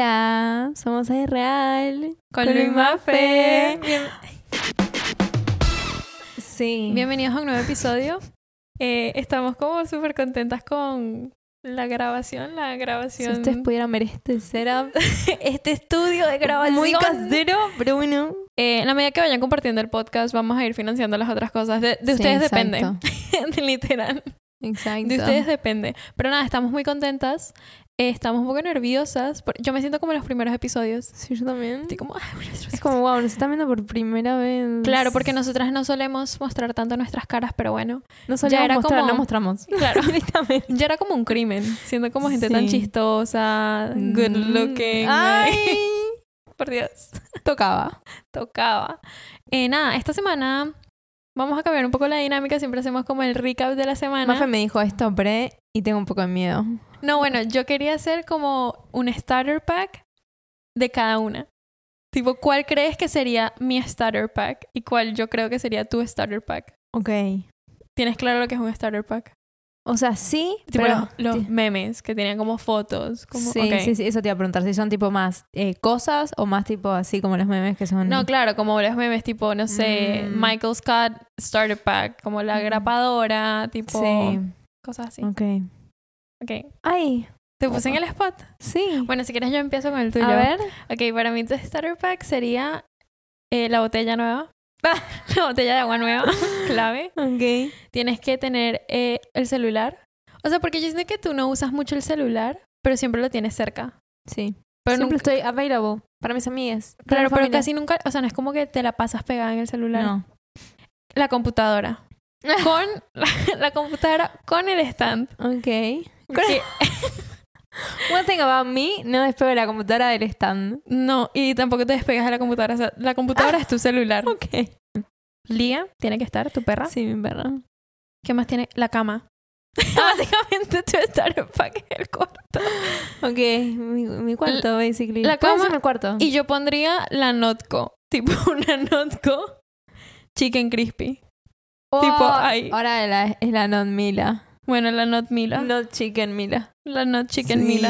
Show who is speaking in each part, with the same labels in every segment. Speaker 1: Hola, somos Es Real.
Speaker 2: Con Luis Mafe.
Speaker 1: Bien- Sí.
Speaker 2: Bienvenidos a un nuevo episodio. Eh, estamos como súper contentas con la grabación, la
Speaker 1: si
Speaker 2: grabación.
Speaker 1: ustedes pudieran ver este setup, este estudio de grabación.
Speaker 2: Muy
Speaker 1: casero, pero bueno.
Speaker 2: Eh, en la medida que vayan compartiendo el podcast, vamos a ir financiando las otras cosas. De, de ustedes depende,
Speaker 1: Exacto.
Speaker 2: literal.
Speaker 1: exacto.
Speaker 2: De ustedes depende. Pero nada, estamos muy contentas. Eh, estamos un poco nerviosas. por- Yo me siento como en los primeros episodios.
Speaker 1: Sí, yo también.
Speaker 2: Estoy como, "Ay, bueno,
Speaker 1: Es como, wow, nos están viendo por primera vez.
Speaker 2: Claro, porque nosotras no solemos mostrar tanto nuestras caras, pero bueno.
Speaker 1: no solíamos
Speaker 2: era
Speaker 1: mostrar,
Speaker 2: como-
Speaker 1: no mostramos.
Speaker 2: Claro.
Speaker 1: Directamente.
Speaker 2: Ya era como un crimen, siendo como gente tan
Speaker 1: Sí. Mm.
Speaker 2: chistosa, good looking.
Speaker 1: Ay,
Speaker 2: Por Dios.
Speaker 1: tocaba.
Speaker 2: tocaba. Eh, nada, esta semana vamos a cambiar un poco la dinámica. Siempre hacemos como el recap de la semana.
Speaker 1: Mafe me dijo esto pre y tengo un poco de miedo.
Speaker 2: No, bueno, yo quería hacer como un starter pack de cada una. Tipo, ¿cuál crees que sería mi starter pack y cuál yo creo que sería tu starter pack?
Speaker 1: Ok.
Speaker 2: ¿Tienes claro lo que es un starter pack?
Speaker 1: O sea, sí,
Speaker 2: Tipo,
Speaker 1: pero...
Speaker 2: los, los memes que tenían como fotos. Como,
Speaker 1: sí,
Speaker 2: ok.
Speaker 1: sí, sí, eso te iba a preguntar. Si son tipo más eh, cosas o más tipo así como los memes que son.
Speaker 2: No, claro, como los memes tipo, no sé,
Speaker 1: Mm.
Speaker 2: Michael Scott starter pack, como la
Speaker 1: Mm.
Speaker 2: grapadora, tipo
Speaker 1: Sí, Mm.
Speaker 2: cosas así.
Speaker 1: ok.
Speaker 2: Ok.
Speaker 1: Ay,
Speaker 2: Te puse en el spot.
Speaker 1: sí.
Speaker 2: Bueno, si quieres yo empiezo con el tuyo.
Speaker 1: a ver.
Speaker 2: Ok, para mí tu starter pack sería eh, la botella nueva. la botella de agua nueva, clave.
Speaker 1: Ok.
Speaker 2: Tienes que tener eh, el celular. O sea, porque yo siento que tú no usas mucho el celular, pero siempre lo tienes cerca.
Speaker 1: Sí.
Speaker 2: Pero
Speaker 1: Siempre
Speaker 2: nunca-
Speaker 1: estoy available para mis amigas. para
Speaker 2: claro,
Speaker 1: mi
Speaker 2: pero
Speaker 1: familia.
Speaker 2: casi nunca, o sea, no es como que te la pasas pegada en el celular.
Speaker 1: No.
Speaker 2: La computadora. Con la, la computadora, con el stand.
Speaker 1: Ok.
Speaker 2: Que-
Speaker 1: One thing about me, no despego de la computadora del stand.
Speaker 2: no, y tampoco te despegas de la computadora. O sea, la computadora es tu celular.
Speaker 1: Ok.
Speaker 2: Liga, tiene que estar, tu perra.
Speaker 1: Sí, mi perra.
Speaker 2: ¿Qué más tiene? La cama. Básicamente tu starter pack es el cuarto.
Speaker 1: Ok, mi, mi cuarto, basically.
Speaker 2: la
Speaker 1: ¿Puedo
Speaker 2: cama
Speaker 1: decirme el cuarto?
Speaker 2: Y yo pondría la Notco. Tipo una Notco Chicken Crispy.
Speaker 1: Oh,
Speaker 2: tipo, ay.
Speaker 1: Ahora la- es la non Mila.
Speaker 2: Bueno, la Not Mila.
Speaker 1: No chicken Mila.
Speaker 2: La Not Chicken Mila.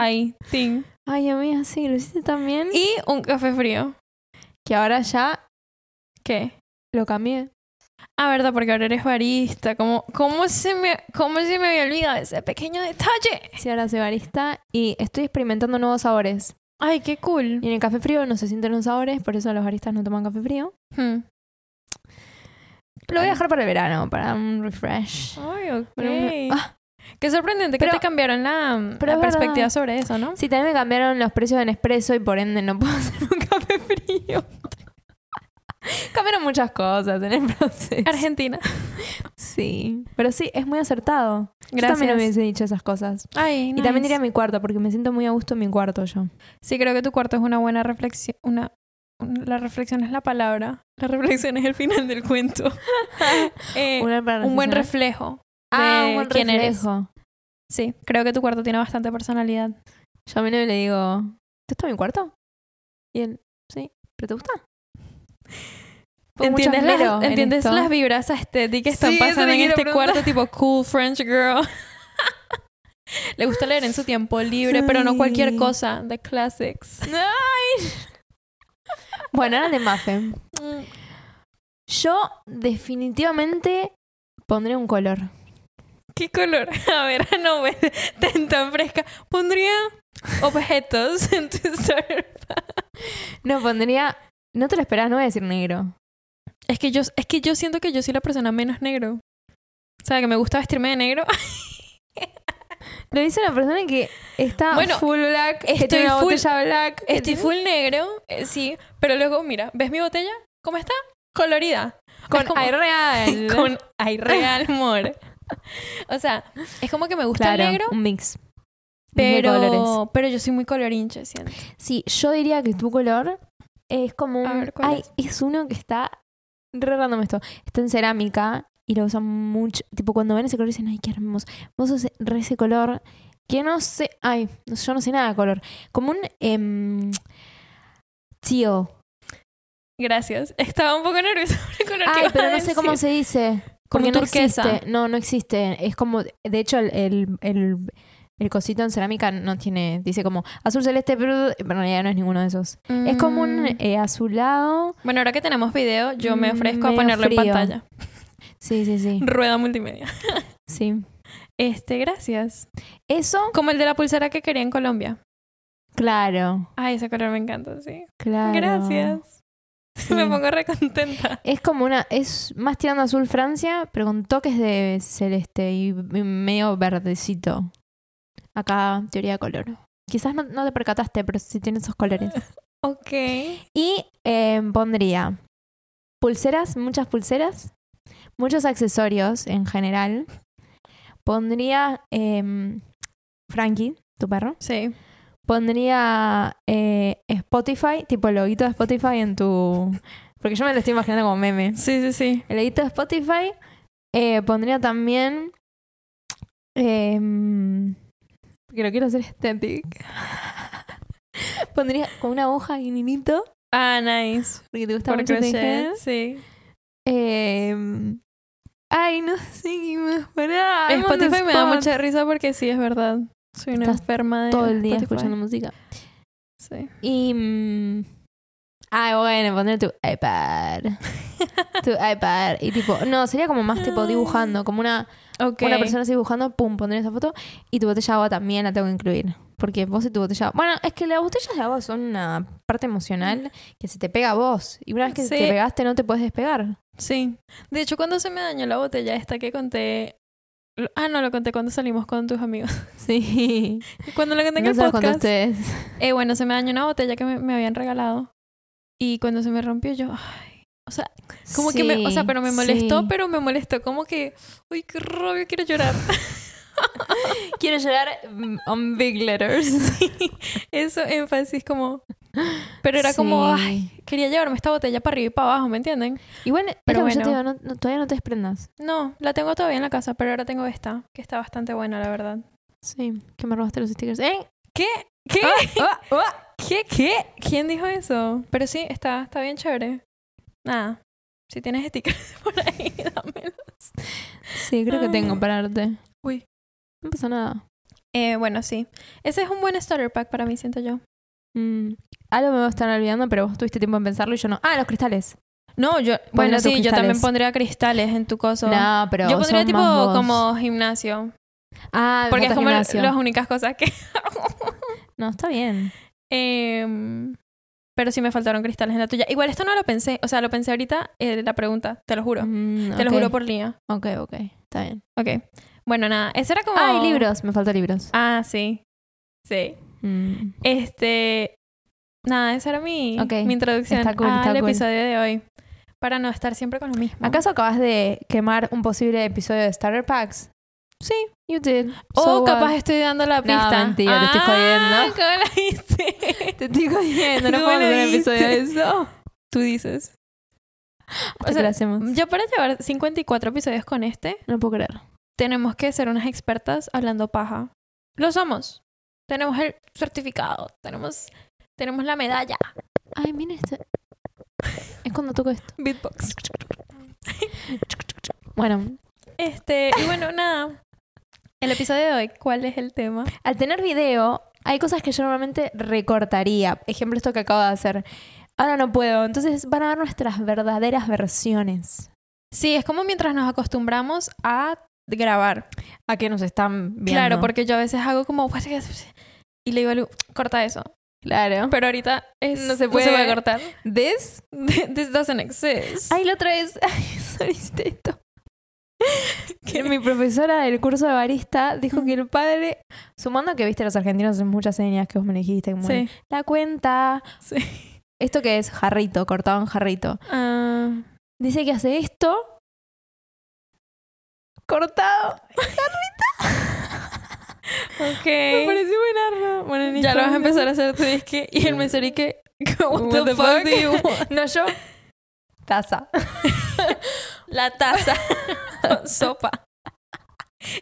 Speaker 2: Ahí, ting.
Speaker 1: Ay, amiga, sí, lo hiciste también.
Speaker 2: Y un café frío.
Speaker 1: que ahora ya
Speaker 2: ¿Qué?
Speaker 1: lo cambié.
Speaker 2: Ah, verdad, porque ahora eres barista. ¿Cómo, cómo, se, me, cómo se me había olvidado ese pequeño detalle?
Speaker 1: Sí, ahora soy barista y estoy experimentando nuevos sabores.
Speaker 2: Ay, qué cool.
Speaker 1: Y en el café frío no se sienten los sabores, por eso los baristas no toman café frío.
Speaker 2: Hmm.
Speaker 1: Lo voy a dejar para el verano, para un refresh.
Speaker 2: Ay, ok.
Speaker 1: Para un- Ah,
Speaker 2: Qué sorprendente
Speaker 1: Pero-
Speaker 2: que te cambiaron la,
Speaker 1: pero
Speaker 2: la
Speaker 1: es verdad.
Speaker 2: perspectiva sobre eso, ¿no?
Speaker 1: sí, también me cambiaron los precios en Nespresso y por ende no puedo hacer un café frío. cambiaron muchas cosas en el proceso.
Speaker 2: Argentina.
Speaker 1: Sí, pero sí, es muy acertado. Yo
Speaker 2: Gracias.
Speaker 1: también hubiese dicho esas cosas.
Speaker 2: Ay,
Speaker 1: Y también
Speaker 2: nice.
Speaker 1: diría mi cuarto, porque me siento muy a gusto en mi cuarto yo.
Speaker 2: Sí, creo que tu cuarto es una buena reflexión. Una... un- La reflexión es la palabra. La reflexión es el final del cuento. Eh,
Speaker 1: Una para
Speaker 2: un buen
Speaker 1: reflexionar.
Speaker 2: reflejo.
Speaker 1: Ah,
Speaker 2: de
Speaker 1: un buen
Speaker 2: quién eres.
Speaker 1: reflejo.
Speaker 2: Sí, creo que tu cuarto tiene bastante personalidad.
Speaker 1: Yo a mi novio le digo, ¿te gusta mi cuarto? Y él, sí, ¿pero te gusta? Pongo mucho
Speaker 2: ¿Entiendes, las,
Speaker 1: esmero en
Speaker 2: ¿entiendes
Speaker 1: esto.
Speaker 2: las vibras estéticas que están
Speaker 1: Sí, eso te
Speaker 2: pasando en
Speaker 1: quiero
Speaker 2: este
Speaker 1: preguntar.
Speaker 2: cuarto? Tipo cool French girl. Le gusta leer en su tiempo libre, pero no cualquier
Speaker 1: Ay.
Speaker 2: cosa. The classics.
Speaker 1: ¡Ay! bueno, ahora de Mafe.
Speaker 2: Mm.
Speaker 1: Yo definitivamente pondré un color.
Speaker 2: ¿Qué color? A ver, no ves tan, tan fresca. Pondría objetos en tu starter
Speaker 1: No, pondría... No te lo esperás, no voy a decir negro.
Speaker 2: Es que yo, es que yo siento que yo soy la persona menos negro. O sea, que me gusta vestirme de negro.
Speaker 1: Lo dice una persona que está
Speaker 2: Bueno,
Speaker 1: full black, que
Speaker 2: estoy
Speaker 1: tiene una
Speaker 2: full-
Speaker 1: botella black. que
Speaker 2: Estoy
Speaker 1: tiene-
Speaker 2: full negro, eh, sí. Pero luego, mira, ¿ves mi botella? ¿Cómo está? Colorida.
Speaker 1: Con
Speaker 2: es como-
Speaker 1: aire real.
Speaker 2: Con ay real amor. O sea, es como que me gusta
Speaker 1: claro,
Speaker 2: el negro,
Speaker 1: un mix. Pero... colores.
Speaker 2: pero, pero yo soy muy colorinche, siento.
Speaker 1: Sí, yo diría que tu color es como un...
Speaker 2: A ver, ¿cuál
Speaker 1: Ay, es? uno que está... Re random esto. Está en cerámica y lo usan mucho. Tipo, cuando ven ese color dicen, ay, qué hermoso. Vos sos re ese color que no sé... Ay, no sé, yo no sé nada de color. Como un... em, teal.
Speaker 2: Gracias. Estaba un poco nerviosa por el color que
Speaker 1: Ay,
Speaker 2: ibas
Speaker 1: pero
Speaker 2: a
Speaker 1: no sé cómo
Speaker 2: decir.
Speaker 1: se dice.
Speaker 2: Como
Speaker 1: Porque no
Speaker 2: turquesa.
Speaker 1: existe. No, no existe. Es como... De hecho, el... el, el El cosito en cerámica no tiene, dice como azul celeste, pero en realidad no es ninguno de esos. Es como un
Speaker 2: Mm.
Speaker 1: eh, azulado.
Speaker 2: Bueno, ahora que tenemos video, yo me
Speaker 1: Mm,
Speaker 2: ofrezco a
Speaker 1: medio
Speaker 2: ponerlo
Speaker 1: frío.
Speaker 2: en pantalla.
Speaker 1: Sí, sí, sí.
Speaker 2: Rueda multimedia.
Speaker 1: Sí.
Speaker 2: Este, gracias.
Speaker 1: Eso,
Speaker 2: Como el de la pulsera que quería en Colombia.
Speaker 1: claro,
Speaker 2: Ay, ese color me encanta, sí.
Speaker 1: claro.
Speaker 2: Gracias.
Speaker 1: Sí.
Speaker 2: Me pongo recontenta.
Speaker 1: Es como una, es más tirando azul Francia, pero con toques de celeste y y medio verdecito. Acá, teoría de color. Quizás no, no te percataste, pero sí tiene esos colores.
Speaker 2: Ok.
Speaker 1: Y eh, pondría pulseras, muchas pulseras, muchos accesorios en general. Pondría em, Frankie, tu perro.
Speaker 2: Sí.
Speaker 1: Pondría eh, Spotify, tipo el loguito de Spotify en tu... Porque yo me lo estoy imaginando como meme.
Speaker 2: Sí, sí, sí.
Speaker 1: El loguito de Spotify. Eh, pondría también... em, que lo quiero hacer estético. pondría con una hoja y un hilito.
Speaker 2: Ah, nice.
Speaker 1: Porque te gusta
Speaker 2: Por
Speaker 1: mucho tejer.
Speaker 2: crochet, sí.
Speaker 1: Em, ay, no sé qué más. Pará. I'm on the
Speaker 2: Spotify me da
Speaker 1: spot.
Speaker 2: mucha risa porque sí, es verdad. Soy una
Speaker 1: Estás
Speaker 2: enferma de
Speaker 1: Todo el día
Speaker 2: Spotify.
Speaker 1: escuchando música.
Speaker 2: Sí.
Speaker 1: Y. mm, ay, bueno, poner tu iPad. tu iPad. Y tipo. No, sería como más tipo
Speaker 2: Ay.
Speaker 1: dibujando. Como una,
Speaker 2: Ok.
Speaker 1: una persona así dibujando, pum, pondría esa foto. Y tu botella de agua también la tengo que incluir. Porque vos y tu botella. Bueno, es que las botellas de agua son una parte emocional que se te pega a vos. Y una vez que
Speaker 2: Sí.
Speaker 1: te pegaste, no te puedes despegar.
Speaker 2: Sí. De hecho, cuando se me dañó la botella esta que conté... lo- Ah, no, lo conté cuando salimos con tus amigos.
Speaker 1: Sí.
Speaker 2: Cuando lo conté en
Speaker 1: No
Speaker 2: el
Speaker 1: se los conté a
Speaker 2: podcast.
Speaker 1: ustedes.
Speaker 2: Eh, bueno, se me dañó una botella que me, me habían regalado. Y cuando se me rompió, yo... Ay, o sea, como que me... O sea,
Speaker 1: Sí,
Speaker 2: pero me molestó,
Speaker 1: sí.
Speaker 2: pero me molestó. Como que... Uy, qué rollo, quiero llorar.
Speaker 1: Quiero llorar mm, on big letters.
Speaker 2: Eso, énfasis, como... Pero era como... Ay, quería llevarme esta botella para arriba y para abajo, ¿me entienden?
Speaker 1: Igual, es
Speaker 2: Pero
Speaker 1: lo que yo te
Speaker 2: bueno.
Speaker 1: digo, no- no- todavía no te desprendas.
Speaker 2: No, la tengo todavía en la casa, pero ahora tengo esta, que está bastante buena, la verdad.
Speaker 1: Sí, que me robaste los stickers. ¿Eh?
Speaker 2: ¿Qué? ¿Qué? Ah, ¿Qué? ¿Qué? ¿Quién dijo eso? Pero sí, está, está bien chévere. Nada. Si tienes stickers por ahí, dámelo.
Speaker 1: Sí, creo que
Speaker 2: Ay.
Speaker 1: tengo para darte.
Speaker 2: Uy.
Speaker 1: No pasa nada.
Speaker 2: Eh, bueno, sí. Ese es un buen starter pack para mí, siento yo.
Speaker 1: Mm, Algo me va a estar olvidando, pero vos tuviste tiempo en pensarlo y yo no. Ah, los cristales.
Speaker 2: No, yo...
Speaker 1: Bueno,
Speaker 2: Bueno,
Speaker 1: tus
Speaker 2: sí, yo
Speaker 1: cristales.
Speaker 2: también pondría cristales en tu coso.
Speaker 1: no, pero
Speaker 2: yo pondría
Speaker 1: son
Speaker 2: tipo
Speaker 1: más vos.
Speaker 2: como gimnasio.
Speaker 1: Ah,
Speaker 2: Porque es como las
Speaker 1: gimnasio.
Speaker 2: únicas cosas que...
Speaker 1: No, está bien.
Speaker 2: Em, pero sí me faltaron cristales en la tuya. Igual esto no lo pensé, o sea, lo pensé ahorita eh, la pregunta, te lo juro.
Speaker 1: Mm,
Speaker 2: Te lo
Speaker 1: ok.
Speaker 2: juro por línea.
Speaker 1: Ok, ok. Está bien.
Speaker 2: Ok. Bueno, nada, eso era como...
Speaker 1: Ah, y libros. Me faltan libros.
Speaker 2: Ah, sí. Sí.
Speaker 1: Mm.
Speaker 2: Este... Nada, esa era mi,
Speaker 1: Ok.
Speaker 2: mi introducción
Speaker 1: Está cool, está
Speaker 2: al
Speaker 1: cool.
Speaker 2: episodio de hoy. Para no estar siempre con lo mismo.
Speaker 1: ¿Acaso acabas de quemar un posible episodio de Starter Packs?
Speaker 2: Sí.
Speaker 1: You did. Oh,
Speaker 2: O
Speaker 1: So what?
Speaker 2: Oh, capaz estoy dando la pista.
Speaker 1: mentira, te estoy
Speaker 2: Ah,
Speaker 1: jodiendo.
Speaker 2: ¿Cómo la viste?
Speaker 1: Te estoy jodiendo, no
Speaker 2: Tú
Speaker 1: podemos
Speaker 2: me lo
Speaker 1: hacer un episodio de
Speaker 2: diste.
Speaker 1: eso.
Speaker 2: Tú dices.
Speaker 1: Hasta que lo hacemos.
Speaker 2: Yo para llevar 54 episodios con este,
Speaker 1: No puedo creer.
Speaker 2: tenemos que ser unas expertas hablando paja. Lo somos. Tenemos el certificado, tenemos, tenemos la medalla.
Speaker 1: Ay, mira esto. Es cuando toco esto.
Speaker 2: Beatbox.
Speaker 1: Bueno,
Speaker 2: Este, y bueno, nada. El episodio de hoy, ¿cuál es el tema?
Speaker 1: al tener video, hay cosas que yo normalmente recortaría. Ejemplo, esto que acabo de hacer. Ahora no puedo. Entonces van a ver nuestras verdaderas versiones.
Speaker 2: Sí, es como mientras nos acostumbramos a grabar.
Speaker 1: ¿A qué nos están viendo?
Speaker 2: Claro, porque yo a veces hago como y le digo a Lu, corta eso.
Speaker 1: Claro.
Speaker 2: Pero ahorita es-
Speaker 1: No se puede.
Speaker 2: a cortar.
Speaker 1: ¿This?
Speaker 2: This doesn't exist.
Speaker 1: Ay, la otra vez. Ay, saliste esto. Que mi profesora del curso de barista dijo que el padre, sumando que viste los argentinos en muchas señas que vos me dijiste, como
Speaker 2: Sí.
Speaker 1: la cuenta,
Speaker 2: Sí.
Speaker 1: esto que es jarrito, cortado en jarrito.
Speaker 2: Ah,
Speaker 1: Dice que hace esto. Cortado.
Speaker 2: ok.
Speaker 1: Me pareció buena Bueno, ni
Speaker 2: Ya lo vas
Speaker 1: historia.
Speaker 2: a empezar a hacer tu disque y el mesero y que what,
Speaker 1: What
Speaker 2: the
Speaker 1: the
Speaker 2: fuck do
Speaker 1: fuck?
Speaker 2: you want?
Speaker 1: No, yo. Taza.
Speaker 2: La taza. Sopa.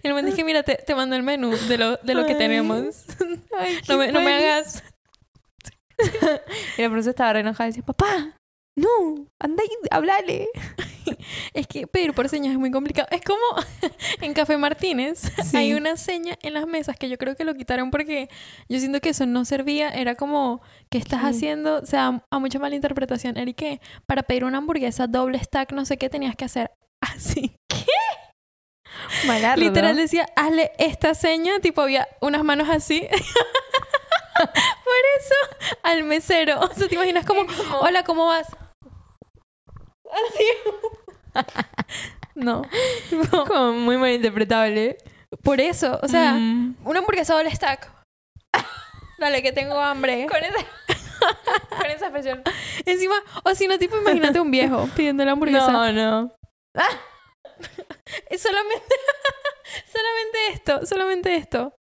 Speaker 2: Y el man dice que mira, te, te mando el menú de lo, de lo que
Speaker 1: Ay.
Speaker 2: tenemos. No me, no me hagas.
Speaker 1: Y la profesora estaba re enojada y decía, papá, no, andá y hablale.
Speaker 2: Es que pedir por señas es muy complicado. Es como en Café Martínez
Speaker 1: Sí.
Speaker 2: hay una seña en las mesas que yo creo que lo quitaron porque yo siento que eso no servía. Era como, ¿qué estás
Speaker 1: ¿Qué?
Speaker 2: haciendo? O sea, a mucha mala interpretación. Eri, ¿qué? Para pedir una hamburguesa doble stack, no sé qué tenías que hacer así.
Speaker 1: Malardo.
Speaker 2: Literal decía, hazle esta seña, tipo había unas manos así. Por eso, al mesero. O sea, te imaginas como, hola, ¿cómo vas? Así. no. Tipo,
Speaker 1: como muy malinterpretable. Mm.
Speaker 2: Por eso, o sea, una hamburguesa doble stack. Dale, que tengo hambre.
Speaker 1: con esa con esa expresión.
Speaker 2: Encima, o si no, tipo, imagínate un viejo pidiendo la hamburguesa.
Speaker 1: No, no.
Speaker 2: Es solamente, solamente esto, solamente esto.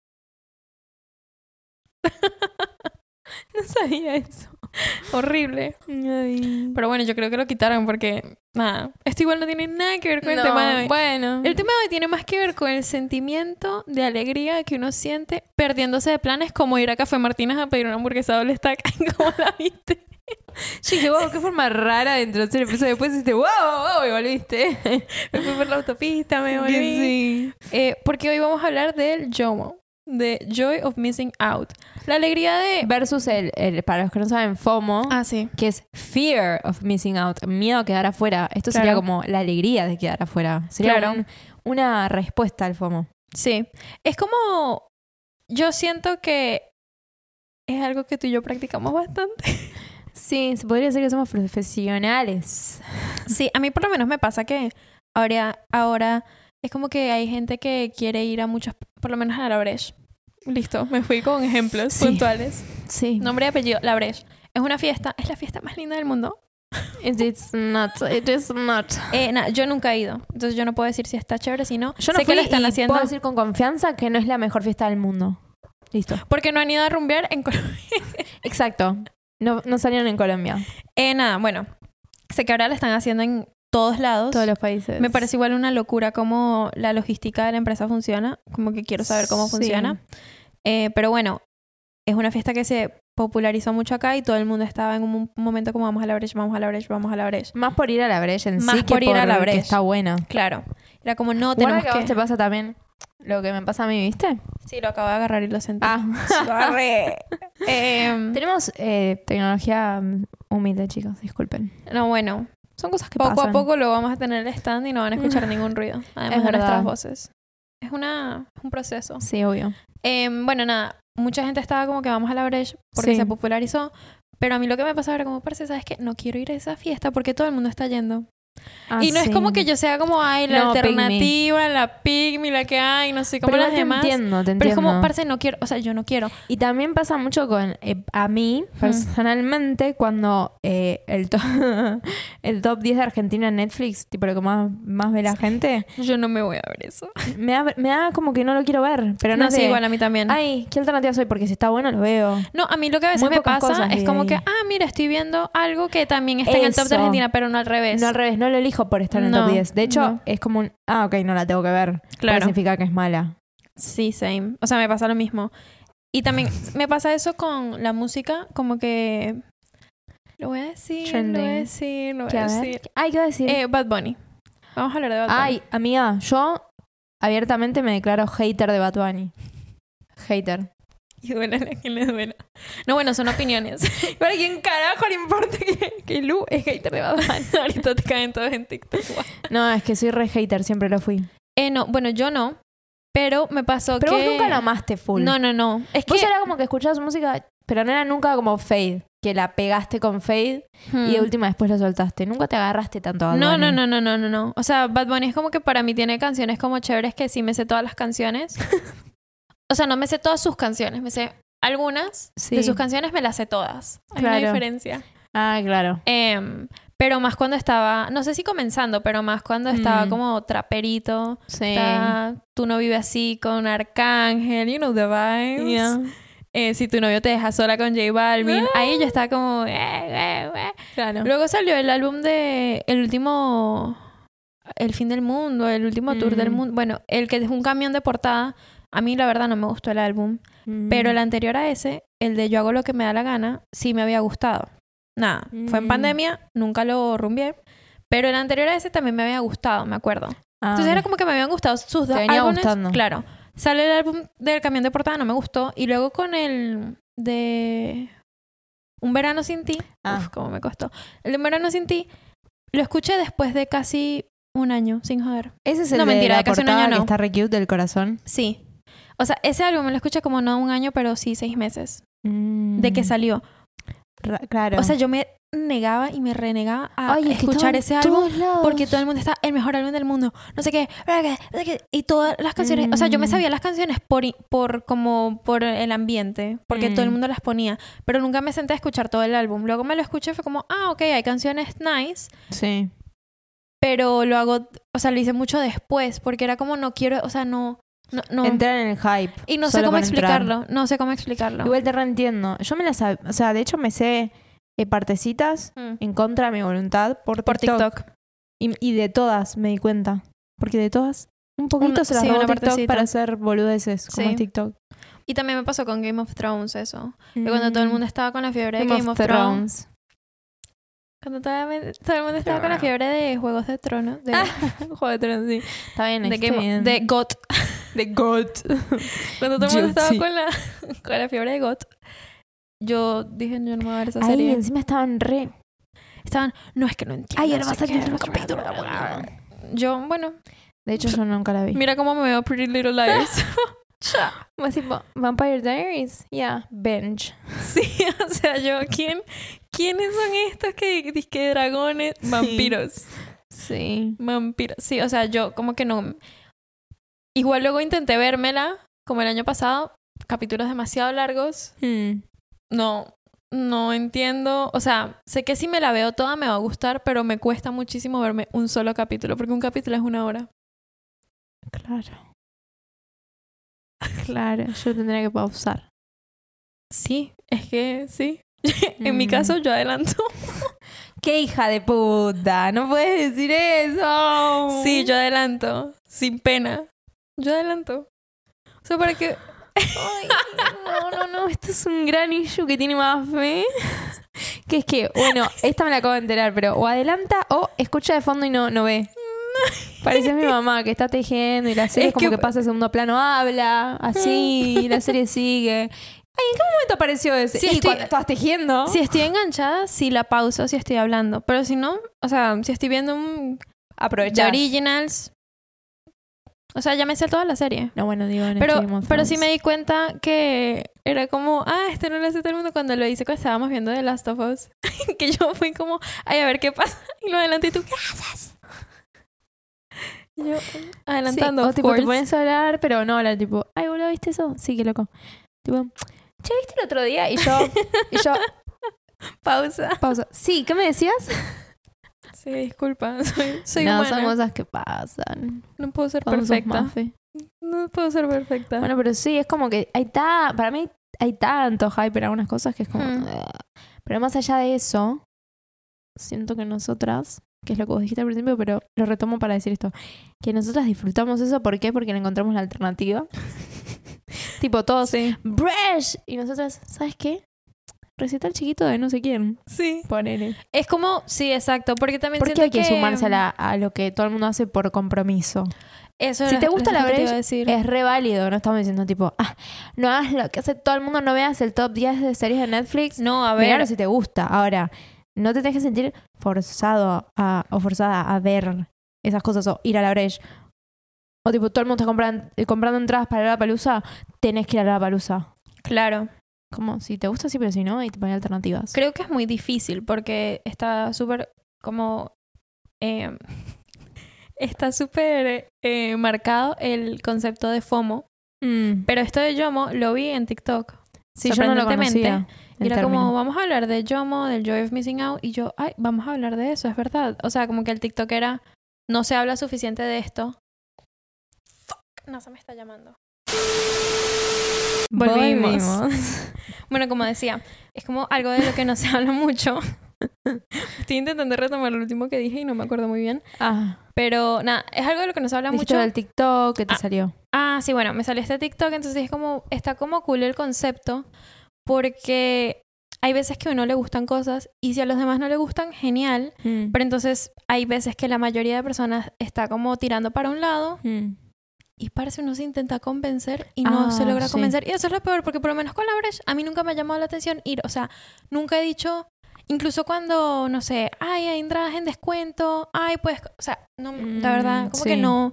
Speaker 2: no sabía eso. Horrible. Pero bueno, yo creo que lo quitaron porque, nada, esto igual no tiene nada que ver con el tema de hoy.
Speaker 1: Bueno.
Speaker 2: El tema de hoy tiene más que ver con el sentimiento de alegría que uno siente perdiéndose de planes como ir a Café Martínez a pedir una hamburguesa doble stack, como la viste.
Speaker 1: Yo dije, wow, qué forma rara de introducir el episodio. Después hiciste, wow, wow, y volviste.
Speaker 2: Me fui por la autopista, me volví.
Speaker 1: Sí.
Speaker 2: Eh, porque hoy vamos a hablar del JOMO, de Joy of Missing Out. La alegría de...
Speaker 1: Eh, Versus el, el- para los que no saben, FOMO,
Speaker 2: Ah, sí.
Speaker 1: que es Fear of Missing Out, miedo a quedar afuera. Esto sería
Speaker 2: Claro.
Speaker 1: como la alegría de quedar afuera. Sería
Speaker 2: Claro.
Speaker 1: un- una respuesta al FOMO.
Speaker 2: Sí. Es como... Yo siento que es algo que tú y yo practicamos bastante.
Speaker 1: Sí, se podría decir que somos profesionales.
Speaker 2: Sí, a mí por lo menos me pasa que ahora, ahora es como que hay gente que quiere ir a muchos, por lo menos a la Breche. Listo, me fui con ejemplos
Speaker 1: Sí.
Speaker 2: puntuales.
Speaker 1: Sí.
Speaker 2: Nombre y apellido, la Breche. Es una fiesta, es la fiesta más linda del mundo.
Speaker 1: It is not, it is not.
Speaker 2: Eh, nah, yo nunca he ido, entonces yo no puedo decir si está chévere, si no.
Speaker 1: Yo no
Speaker 2: sé que
Speaker 1: fui
Speaker 2: la están
Speaker 1: y
Speaker 2: haciendo.
Speaker 1: puedo decir con confianza que no es la mejor fiesta del mundo. Listo.
Speaker 2: Porque no han ido a rumbear en Colombia.
Speaker 1: Exacto. No, no salieron en Colombia.
Speaker 2: Eh, nada, bueno. Sé que ahora la están haciendo en todos lados.
Speaker 1: Todos los países.
Speaker 2: Me parece igual una locura cómo la logística de la empresa funciona. Como que quiero saber cómo
Speaker 1: Sí.
Speaker 2: funciona. Eh, pero bueno, es una fiesta que se popularizó mucho acá y todo el mundo estaba en un mo- momento como vamos a la brecha, vamos a la brecha, vamos a la brecha.
Speaker 1: Más por ir a la brecha en
Speaker 2: Más
Speaker 1: sí que
Speaker 2: por ir a la
Speaker 1: porque
Speaker 2: brecha.
Speaker 1: está buena.
Speaker 2: Claro. Era como no
Speaker 1: Guarda
Speaker 2: tenemos
Speaker 1: que a vos
Speaker 2: que...
Speaker 1: te pasa también lo que me pasa a mí, ¿viste?
Speaker 2: Sí, lo acabo de agarrar y lo senté.
Speaker 1: Ah.
Speaker 2: Arre. Em,
Speaker 1: Tenemos eh, tecnología mm, humilde, chicos, disculpen.
Speaker 2: no, bueno.
Speaker 1: Son cosas que
Speaker 2: Poco
Speaker 1: pasan.
Speaker 2: a poco lo vamos a tener en el stand y no van a escuchar ningún ruido. Además de
Speaker 1: verdad.
Speaker 2: nuestras voces. Es una, un proceso.
Speaker 1: Sí, obvio.
Speaker 2: Em, bueno, nada, mucha gente estaba como que vamos a la brecha porque
Speaker 1: Sí.
Speaker 2: se popularizó. Pero a mí lo que me pasaba era como, parece, ¿sabes qué? No quiero ir a esa fiesta porque todo el mundo está yendo.
Speaker 1: Ah,
Speaker 2: y no es como que yo sea como, ay, la
Speaker 1: No, pick me.
Speaker 2: alternativa, la pigmi, la que hay, no sé, como
Speaker 1: Pero igual
Speaker 2: las
Speaker 1: te
Speaker 2: demás.
Speaker 1: entiendo, te entiendo.
Speaker 2: Pero es como, parce, no quiero, o sea, yo no quiero.
Speaker 1: Y también pasa mucho con eh, a mí personalmente cuando eh, el, to- el top 10 de Argentina en Netflix, tipo lo que más, más ve la gente,
Speaker 2: Yo no me voy a ver eso.
Speaker 1: me da, me da como que no lo quiero ver, pero
Speaker 2: Pero
Speaker 1: no,
Speaker 2: no,
Speaker 1: es
Speaker 2: sí,
Speaker 1: de,
Speaker 2: igual a mí también.
Speaker 1: Ay, ¿qué alternativa soy? Porque si está bueno lo veo.
Speaker 2: No, a mí lo que a veces
Speaker 1: Muy
Speaker 2: me
Speaker 1: pocas
Speaker 2: pasa
Speaker 1: cosas vi
Speaker 2: es como
Speaker 1: ahí.
Speaker 2: que, ah, mira, estoy viendo algo que también está en el top
Speaker 1: Eso.
Speaker 2: de Argentina, pero no al revés.
Speaker 1: No al revés, no lo elijo por estar en el
Speaker 2: No,
Speaker 1: top 10. De hecho,
Speaker 2: no.
Speaker 1: es como un, ah, ok, no la tengo que ver.
Speaker 2: claro.
Speaker 1: Significa que es mala.
Speaker 2: Sí, same. O sea, me pasa lo mismo. Y también me pasa eso con la música, como que... Lo voy a decir, lo voy a
Speaker 1: Trending.
Speaker 2: decir, lo voy
Speaker 1: ¿Qué,
Speaker 2: a
Speaker 1: a ver?
Speaker 2: decir.
Speaker 1: Ay, ¿qué iba a decir?
Speaker 2: Eh, Bad Bunny. Vamos a hablar de Bad Bunny.
Speaker 1: Ay, amiga, yo abiertamente me declaro hater de Bad Bunny. Hater.
Speaker 2: Y duele a quien le duela. No, bueno, son opiniones.
Speaker 1: ¿Para quién carajo le importa que, Lu es hater de Bad
Speaker 2: Ahorita te caen todos en TikTok. Guau.
Speaker 1: No, es que soy re hater, siempre lo fui.
Speaker 2: Eh, no, bueno, yo no. Pero me pasó
Speaker 1: Pero
Speaker 2: que...
Speaker 1: vos nunca la amaste full.
Speaker 2: No, no, no. Es que...
Speaker 1: Vos era como que escuchabas música, pero no era nunca como Fade, que la pegaste con Fade y de
Speaker 2: Hmm.
Speaker 1: última después la soltaste. Nunca te agarraste tanto a Bad
Speaker 2: No,
Speaker 1: Bunny.
Speaker 2: no, no, no, no, no, no. O sea, Bad Bunny es como que para mí tiene canciones como chéveres que sí me sé todas las canciones. o sea, no me sé todas sus canciones, me sé algunas
Speaker 1: Sí.
Speaker 2: de sus canciones, me las sé todas. Hay
Speaker 1: Claro.
Speaker 2: una diferencia.
Speaker 1: Ah, claro.
Speaker 2: Em, pero más cuando estaba, no sé si comenzando, pero más cuando estaba
Speaker 1: Mm.
Speaker 2: como traperito.
Speaker 1: Sí.
Speaker 2: ta, tú no vives así con Arcángel, you know the vibes.
Speaker 1: Yeah.
Speaker 2: Eh, si tu novio te deja sola con J Balvin. Ahí
Speaker 1: Ah.
Speaker 2: yo estaba como... eh, eh, eh.
Speaker 1: Claro.
Speaker 2: Luego salió el álbum de el último El fin del mundo, el último tour del
Speaker 1: Mm.
Speaker 2: mundo, bueno, el que es un camión de portada. A mí la verdad no me gustó el álbum,
Speaker 1: Mm.
Speaker 2: pero el anterior a ese, el de Yo hago lo que me da la gana, sí me había gustado. Nada, fue en
Speaker 1: Mm.
Speaker 2: pandemia, nunca lo rumbié, Pero el anterior a ese también me había gustado, me acuerdo.
Speaker 1: Ah,
Speaker 2: Entonces era como que me habían gustado sus dos
Speaker 1: Te venía
Speaker 2: álbumes.
Speaker 1: gustando.
Speaker 2: Claro. Sale el álbum del camión de portada, no me gustó. Y luego con el de Un verano sin ti.
Speaker 1: Ah.
Speaker 2: Uf, cómo me costó. El de Un verano sin ti lo escuché después de casi un año, sin joder.
Speaker 1: Ese es el
Speaker 2: No,
Speaker 1: de
Speaker 2: mentira,
Speaker 1: la
Speaker 2: de casi un año
Speaker 1: portada que
Speaker 2: no.
Speaker 1: está re cute del corazón.
Speaker 2: Sí. O sea, ese álbum lo escuché como no un año, pero sí seis meses de que
Speaker 1: Mm,
Speaker 2: salió.
Speaker 1: ra- Claro.
Speaker 2: O sea, yo me negaba y me renegaba a
Speaker 1: Ay, es que
Speaker 2: escuchar ese
Speaker 1: estaba en
Speaker 2: álbum.
Speaker 1: todos lados.
Speaker 2: Porque todo el mundo está el mejor álbum del mundo. No sé qué. bla, bla, bla, bla, Y todas las canciones. O sea, yo me
Speaker 1: Mm.
Speaker 2: sabía las canciones por, i- por como por el ambiente. Porque todo el
Speaker 1: Mm.
Speaker 2: mundo las ponía. Pero nunca me senté a escuchar todo el álbum. Luego me lo escuché y fue como, ah, ok, hay canciones nice.
Speaker 1: Sí.
Speaker 2: Pero lo hago. O sea, lo hice mucho después. Porque era como, no quiero. O sea, no. No. no.
Speaker 1: Entrar en el hype.
Speaker 2: y no sé
Speaker 1: solo
Speaker 2: cómo
Speaker 1: por entrar.
Speaker 2: explicarlo. No sé cómo explicarlo.
Speaker 1: Igual te reentiendo. Yo me las... sab- O sea, de hecho me sé eh, partecitas
Speaker 2: Mm.
Speaker 1: en contra de mi voluntad por TikTok.
Speaker 2: Por TikTok.
Speaker 1: Y, y de todas me di cuenta. Porque de todas, un poquito
Speaker 2: Una-
Speaker 1: se las
Speaker 2: sí,
Speaker 1: robó
Speaker 2: una
Speaker 1: TikTok
Speaker 2: partecita.
Speaker 1: para hacer boludeces, como
Speaker 2: Sí.
Speaker 1: es TikTok.
Speaker 2: Y también me pasó con Game of Thrones eso. Que cuando todo el mundo estaba con la fiebre de
Speaker 1: Mm. Game of
Speaker 2: Thrones.
Speaker 1: Thrones.
Speaker 2: Cuando toda- todo el mundo estaba con la fiebre de Juegos de Tronos. De,
Speaker 1: Juego Ah, de Tronos, sí. Está bien,
Speaker 2: de,
Speaker 1: está
Speaker 2: Game of-
Speaker 1: bien.
Speaker 2: de GOT.
Speaker 1: De God.
Speaker 2: Cuando todo el mundo estaba
Speaker 1: Guilty.
Speaker 2: con la, con la fiebre de GOT. Yo dije, yo no me voy a ver esa
Speaker 1: Ahí
Speaker 2: serie.
Speaker 1: encima estaban re...
Speaker 2: Estaban, no, es que no entiendo.
Speaker 1: Ay,
Speaker 2: no
Speaker 1: ahora va a
Speaker 2: sé
Speaker 1: salir
Speaker 2: qué,
Speaker 1: el
Speaker 2: no
Speaker 1: nuevo
Speaker 2: sé qué".
Speaker 1: capítulo. boludo.
Speaker 2: Yo, bueno,
Speaker 1: De hecho, yo nunca la vi.
Speaker 2: mira cómo me veo Pretty Little Liars.
Speaker 1: Más Pues tipo, Vampire Diaries, yeah, binge.
Speaker 2: sí, o sea, yo, ¿quién, ¿quiénes son estos que disque dragones? Vampiros.
Speaker 1: Sí.
Speaker 2: Vampiro. Sí, o sea, yo como que no. Igual luego intenté vérmela, como el año pasado, capítulos demasiado largos.
Speaker 1: Hmm.
Speaker 2: No, no entiendo. O sea, sé que si me la veo toda me va a gustar, pero me cuesta muchísimo verme un solo capítulo, porque un capítulo es una hora.
Speaker 1: Claro. Claro, yo tendría que pausar.
Speaker 2: Sí, es que sí. en
Speaker 1: Mm.
Speaker 2: mi caso, yo adelanto.
Speaker 1: ¡Qué hija de puta! ¡No puedes decir eso!
Speaker 2: Sí, yo adelanto. Sin pena. Yo adelanto. O sea, para que.
Speaker 1: Ay, no, no, no, esto es un gran issue que tiene más fe. Que es que, bueno, esta me la acabo de enterar, pero o adelanta o escucha de fondo y no, no ve. Parece mi mamá que está tejiendo y la serie
Speaker 2: Es
Speaker 1: es como
Speaker 2: que- Mm.
Speaker 1: que, pasa a segundo plano, habla, así, y la serie sigue. Ay, ¿en qué momento apareció ese?
Speaker 2: Sí,
Speaker 1: y
Speaker 2: estoy-
Speaker 1: cuando estabas tejiendo.
Speaker 2: Si estoy enganchada, sí la pauso, si estoy hablando. Pero si no, o sea, si estoy viendo un The
Speaker 1: aprovechar.
Speaker 2: Originals. O sea, ya me sé toda la serie.
Speaker 1: No, bueno, digo, en
Speaker 2: Pero,
Speaker 1: Game of
Speaker 2: pero sí me
Speaker 1: Thrones.
Speaker 2: di cuenta que era como, ah, este no lo hace todo el mundo cuando lo hice cuando estábamos viendo The Last of Us. que yo fui como, ay, a ver qué pasa. Y lo adelanté y tú, ¿qué haces? Yo, "Mm, adelantando,
Speaker 1: Sí, o
Speaker 2: of
Speaker 1: tipo, pues, te
Speaker 2: course.
Speaker 1: pones a hablar, pero no hablar, tipo, ay, boludo, ¿viste eso? Sí, qué loco. Tipo, che, ¿viste el otro día? Y yo, y yo,
Speaker 2: pausa.
Speaker 1: pausa. Sí, ¿qué me decías?
Speaker 2: Sí, disculpa, soy, soy
Speaker 1: no,
Speaker 2: humana.
Speaker 1: son cosas que pasan.
Speaker 2: No puedo ser
Speaker 1: Cuando sos
Speaker 2: perfecta.
Speaker 1: mafe.
Speaker 2: No puedo ser perfecta.
Speaker 1: Bueno, pero sí, es como que hay ta, para mí hay tanto hype en algunas cosas que es como...
Speaker 2: Hmm.
Speaker 1: Pero más allá de eso, siento que nosotras, que es lo que vos dijiste al principio, pero lo retomo para decir esto, que nosotras disfrutamos eso, ¿por qué? Porque le encontramos la alternativa. tipo, todos,
Speaker 2: sí.
Speaker 1: ¡Bresh! Y nosotras, ¿sabes qué? Recital chiquito de no sé quién.
Speaker 2: Sí.
Speaker 1: Ponele.
Speaker 2: Es como, sí, exacto, porque también
Speaker 1: ¿Por qué
Speaker 2: siento mm,
Speaker 1: hay que, sumarse a, la- a lo que todo el mundo hace por compromiso?
Speaker 2: Eso
Speaker 1: Si
Speaker 2: era-
Speaker 1: te gusta
Speaker 2: es lo
Speaker 1: la
Speaker 2: que te
Speaker 1: Breche,
Speaker 2: iba a decir.
Speaker 1: Es re válido, no estamos diciendo tipo, ah, no hagas lo que hace todo el mundo, no veas el top 10 de series de Netflix.
Speaker 2: No, a ver,
Speaker 1: Miralo si te gusta. Ahora, no te dejes sentir forzado a- o forzada a ver esas cosas o ir a la brecha. O tipo, todo el mundo está comprando, comprando entradas para la palusa, tenés que ir a la palusa.
Speaker 2: claro.
Speaker 1: Como, si te gusta, sí, pero si no, y te ponen alternativas.
Speaker 2: Creo que es muy difícil porque está súper como... eh, está súper eh, marcado el concepto de FOMO.
Speaker 1: Mm.
Speaker 2: Pero esto de YOMO lo vi en TikTok.
Speaker 1: Sí, yo no lo
Speaker 2: sorprendentemente,
Speaker 1: conocía.
Speaker 2: Y
Speaker 1: el
Speaker 2: era
Speaker 1: término.
Speaker 2: como, vamos a hablar de YOMO, del Joy of Missing Out. Y yo, ay, vamos a hablar de eso, es verdad. O sea, como que el TikTok era, no se habla suficiente de esto. Fuck, NASA me está llamando. Volvimos. Bueno, como decía, es como algo de lo que no se habla mucho. Estoy intentando retomar lo último que dije y no me acuerdo muy bien.
Speaker 1: Ah,
Speaker 2: Pero nada, es algo de lo que no se habla
Speaker 1: mucho
Speaker 2: mucho.
Speaker 1: del TikTok que te
Speaker 2: Ah.
Speaker 1: salió.
Speaker 2: Ah, sí, bueno, me salió este TikTok, entonces es como, está como cool el concepto, porque hay veces que a uno le gustan cosas y si a los demás no le gustan, genial.
Speaker 1: Mm.
Speaker 2: Pero entonces hay veces que la mayoría de personas está como tirando para un lado
Speaker 1: Mm.
Speaker 2: y parece uno se intenta convencer y no
Speaker 1: Ah,
Speaker 2: se logra
Speaker 1: sí.
Speaker 2: convencer. Y eso es lo peor, porque por lo menos con la Breche a mí nunca me ha llamado la atención ir. O sea, nunca he dicho, incluso cuando, no sé, ay, hay entradas en descuento, ay, pues, o sea, no, la verdad,
Speaker 1: Mm,
Speaker 2: como
Speaker 1: sí.
Speaker 2: que no,